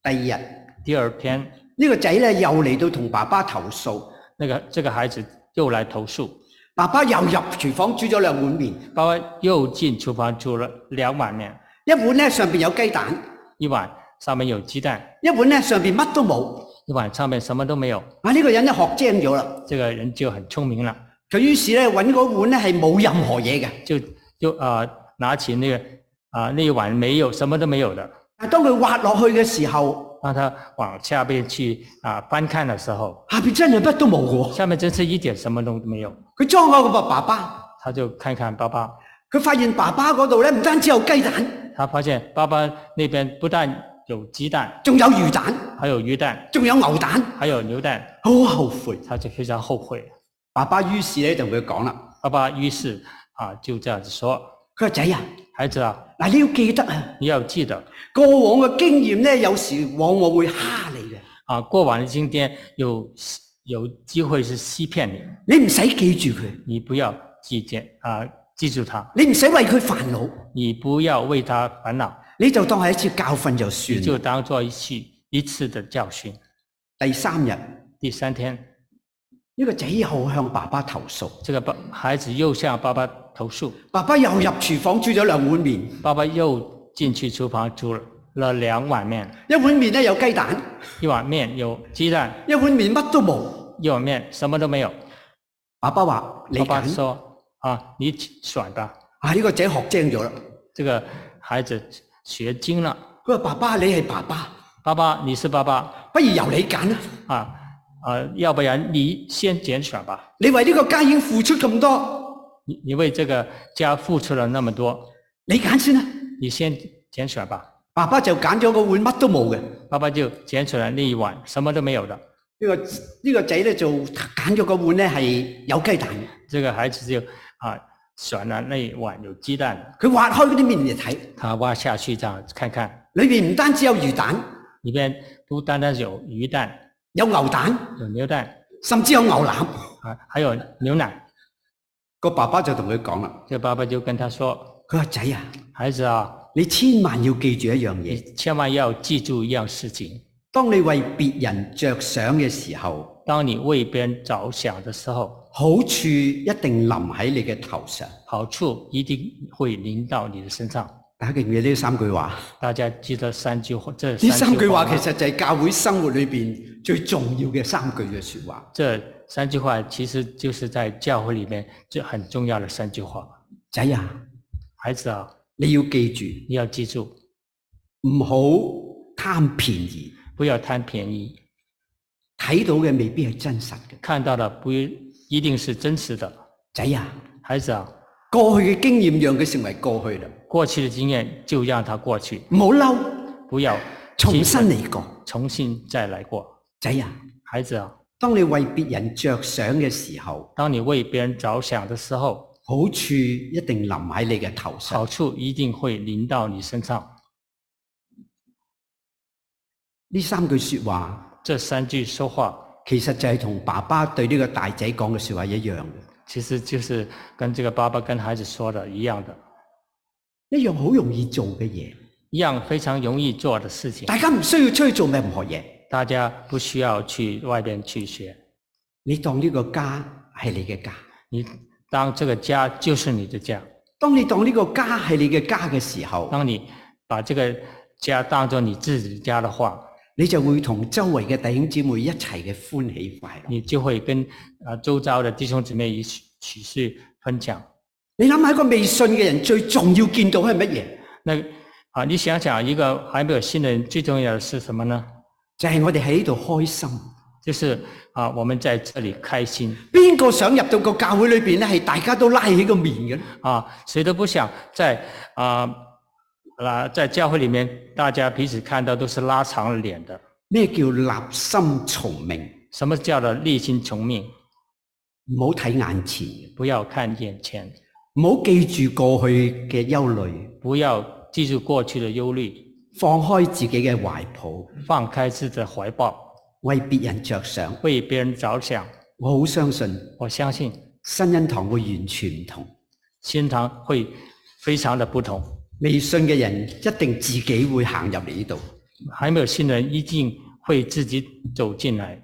[SPEAKER 2] 第二日，
[SPEAKER 3] 第二天，
[SPEAKER 2] 呢、個仔咧又嚟到同爸爸投訴，
[SPEAKER 3] 那个这个孩子又来投诉，
[SPEAKER 2] 爸爸又入廚房煮咗兩碗面，
[SPEAKER 3] 爸爸又进厨房煮了两碗面，
[SPEAKER 2] 一碗咧上面有雞蛋，
[SPEAKER 3] 一碗上面有鸡蛋，
[SPEAKER 2] 一碗咧上面乜都冇。
[SPEAKER 3] 一碗上面什么都没有。
[SPEAKER 2] 啊，呢、個人咧學精咗啦，
[SPEAKER 3] 这个人就很聪明了，
[SPEAKER 2] 佢於是咧揾嗰碗咧係冇任何嘢嘅。
[SPEAKER 3] 就就啊、拿起那个啊、那一碗没有什么都没有的，
[SPEAKER 2] 但當佢挖落去嘅時候，
[SPEAKER 3] 当他往下边去啊、翻看的时候，
[SPEAKER 2] 下面真係乜都冇嘅喎。
[SPEAKER 3] 下面真是一点什么都没有。
[SPEAKER 2] 佢裝開個爸爸，
[SPEAKER 3] 他就看看爸爸，
[SPEAKER 2] 佢發現爸爸嗰度咧唔單止有雞蛋，
[SPEAKER 3] 他发现爸爸那边不但有鸡蛋，
[SPEAKER 2] 仲有魚蛋，
[SPEAKER 3] 还有鱼蛋，
[SPEAKER 2] 仲有牛蛋，
[SPEAKER 3] 还有牛蛋，
[SPEAKER 2] 好後悔。
[SPEAKER 3] 他就非常后悔。
[SPEAKER 2] 爸爸於是咧同佢講啦，
[SPEAKER 3] 爸爸于是啊就这样子说
[SPEAKER 2] 佢話仔啊，：“
[SPEAKER 3] 孩子啊，
[SPEAKER 2] 嗱你要記得啊，
[SPEAKER 3] 你要記得
[SPEAKER 2] 過往嘅經驗咧有時往往會蝦你嘅，
[SPEAKER 3] 啊，过往的今天有有机会是欺骗你，
[SPEAKER 2] 你唔使記住佢，
[SPEAKER 3] 你不要记见啊，记住他，
[SPEAKER 2] 你唔使為佢煩惱，
[SPEAKER 3] 你不要为他烦恼，
[SPEAKER 2] 你就當係一次教訓就
[SPEAKER 3] 你
[SPEAKER 2] 算啦。
[SPEAKER 3] 就当做一次一次的教训。”
[SPEAKER 2] 第三日，呢、
[SPEAKER 3] 第三天，
[SPEAKER 2] 個仔又向爸爸投訴，
[SPEAKER 3] 这个爸孩子又向爸爸投诉，
[SPEAKER 2] 爸爸又入廚房煮咗兩碗面，
[SPEAKER 3] 爸爸又进去厨房煮了两碗面，
[SPEAKER 2] 一碗面咧有雞蛋，
[SPEAKER 3] 一碗面有鸡蛋，
[SPEAKER 2] 一碗面乜都冇。
[SPEAKER 3] 一碗面什么都没有。
[SPEAKER 2] 爸爸話：你
[SPEAKER 3] 爸爸
[SPEAKER 2] 揀
[SPEAKER 3] 说：“啊，你选吧。
[SPEAKER 2] 啊！呢、個仔學精咗啦。”
[SPEAKER 3] 这个孩子学精了。
[SPEAKER 2] 佢話：爸爸，你係爸爸，
[SPEAKER 3] 爸爸，你是爸爸
[SPEAKER 2] 不如由你揀啦。
[SPEAKER 3] 啊啊，要不然你先拣选吧。
[SPEAKER 2] 你為呢個家已經付出咁多，
[SPEAKER 3] 你你为这个家付出了那么多，
[SPEAKER 2] 你揀先啦。
[SPEAKER 3] 你先拣选吧。
[SPEAKER 2] 爸爸就揀咗個碗乜都冇嘅。呢、
[SPEAKER 3] 爸爸就拣选了那一碗什么都没有的。
[SPEAKER 2] 個呢、個仔咧就揀咗個碗咧係有雞蛋嘅。
[SPEAKER 3] 这个孩子就啊选了那一碗有鸡蛋的，
[SPEAKER 2] 佢挖開嗰啲面嚟睇，
[SPEAKER 3] 他挖下去这样看看，
[SPEAKER 2] 裏面唔單止有魚蛋，
[SPEAKER 3] 里边不单单有鱼蛋，
[SPEAKER 2] 有牛蛋，
[SPEAKER 3] 有牛蛋
[SPEAKER 2] 甚至有牛腩。
[SPEAKER 3] 啊，还有牛奶。
[SPEAKER 2] 個爸爸就同佢講啦：，
[SPEAKER 3] 这爸爸就跟他说
[SPEAKER 2] 佢話仔啊，：“
[SPEAKER 3] 孩子啊，
[SPEAKER 2] 你千萬要記住一樣
[SPEAKER 3] 你
[SPEAKER 2] 嘢，
[SPEAKER 3] 千万要记住一样事情，
[SPEAKER 2] 當你為別人着想嘅時候，
[SPEAKER 3] 当你为别人着想的时候，
[SPEAKER 2] 好處一定臨喺你嘅頭上。
[SPEAKER 3] 好处一定会临到你的身上。
[SPEAKER 2] 大家記唔記得呢三句話？”
[SPEAKER 3] 大家记得三句话，这
[SPEAKER 2] 呢
[SPEAKER 3] 三
[SPEAKER 2] 三句
[SPEAKER 3] 句
[SPEAKER 2] 話
[SPEAKER 3] 话
[SPEAKER 2] 其實就係教會生活裏面最重要嘅三句嘅说話。
[SPEAKER 3] 这三句话其实就是在教会里面这很重要的三句话。
[SPEAKER 2] 仔啊，
[SPEAKER 3] 孩子啊，
[SPEAKER 2] 你要記住，
[SPEAKER 3] 你要记住，
[SPEAKER 2] 唔好貪便宜，
[SPEAKER 3] 不要贪便宜，
[SPEAKER 2] 睇到嘅未必係真實嘅。
[SPEAKER 3] 看到的不一定是真实的。
[SPEAKER 2] 仔啊，
[SPEAKER 3] 孩子啊，
[SPEAKER 2] 過去嘅經驗讓佢成為過去啦，
[SPEAKER 3] 过去的经验就让它过去，
[SPEAKER 2] 唔好嬲，
[SPEAKER 3] 不要
[SPEAKER 2] 重新嚟過。
[SPEAKER 3] 重新再来过。
[SPEAKER 2] 仔啊，
[SPEAKER 3] 孩子啊，
[SPEAKER 2] 當你為別人着想嘅時候，
[SPEAKER 3] 当你为别人着想的时候，
[SPEAKER 2] 好處一定臨喺你嘅頭上
[SPEAKER 3] 好。处一定会临到你身上。
[SPEAKER 2] 呢三句说話
[SPEAKER 3] 这三句说话，
[SPEAKER 2] 其實就係同爸爸對呢個大仔講嘅说話一樣嘅，
[SPEAKER 3] 其实就是跟这个爸爸跟孩子说的一样的，
[SPEAKER 2] 一樣好容易做嘅嘢。
[SPEAKER 3] 一样非常容易做的事情。
[SPEAKER 2] 大家唔需要出去做任何嘢，
[SPEAKER 3] 大家不需要去外边去学，
[SPEAKER 2] 你當呢個家係你嘅家。
[SPEAKER 3] 你当这个家就是你的家。
[SPEAKER 2] 當你當呢個家係你嘅家嘅時候，
[SPEAKER 3] 当你把这个家当做你自己的家的话，
[SPEAKER 2] 你就會同周圍嘅弟兄姊妹一齊嘅歡喜快樂。
[SPEAKER 3] 你就会跟啊周遭的弟兄姊妹一起起去分享。
[SPEAKER 2] 你諗下一個未信嘅人最重要見到係乜嘢？
[SPEAKER 3] 那啊，你想想，一个还没有信的人，最重要的是什么呢？
[SPEAKER 2] 就係我哋喺呢度開心。
[SPEAKER 3] 就是啊，我们在这里开心
[SPEAKER 2] 邊個想入到個教會裏面咧，係大家都拉起個面嘅咧？
[SPEAKER 3] 啊，谁都不想在啊啊在教会里面，大家彼此看到都是拉长了脸的，
[SPEAKER 2] 咩叫立心從命？
[SPEAKER 3] 什么叫做立心从命？
[SPEAKER 2] 唔好睇眼前，
[SPEAKER 3] 不要看眼前，
[SPEAKER 2] 唔好記住過去嘅憂慮，
[SPEAKER 3] 不要记住过去的忧虑，
[SPEAKER 2] 放開自己嘅懷抱，
[SPEAKER 3] 放开自己的怀抱，
[SPEAKER 2] 為別人着想。
[SPEAKER 3] 为别人着想。
[SPEAKER 2] 我好相信
[SPEAKER 3] 我相信
[SPEAKER 2] 新恩堂會完全唔同。
[SPEAKER 3] 新堂会非常的不同。
[SPEAKER 2] 未信嘅人一定自己會行入嚟呢度。
[SPEAKER 3] 还没有信人，一定会自己走进来。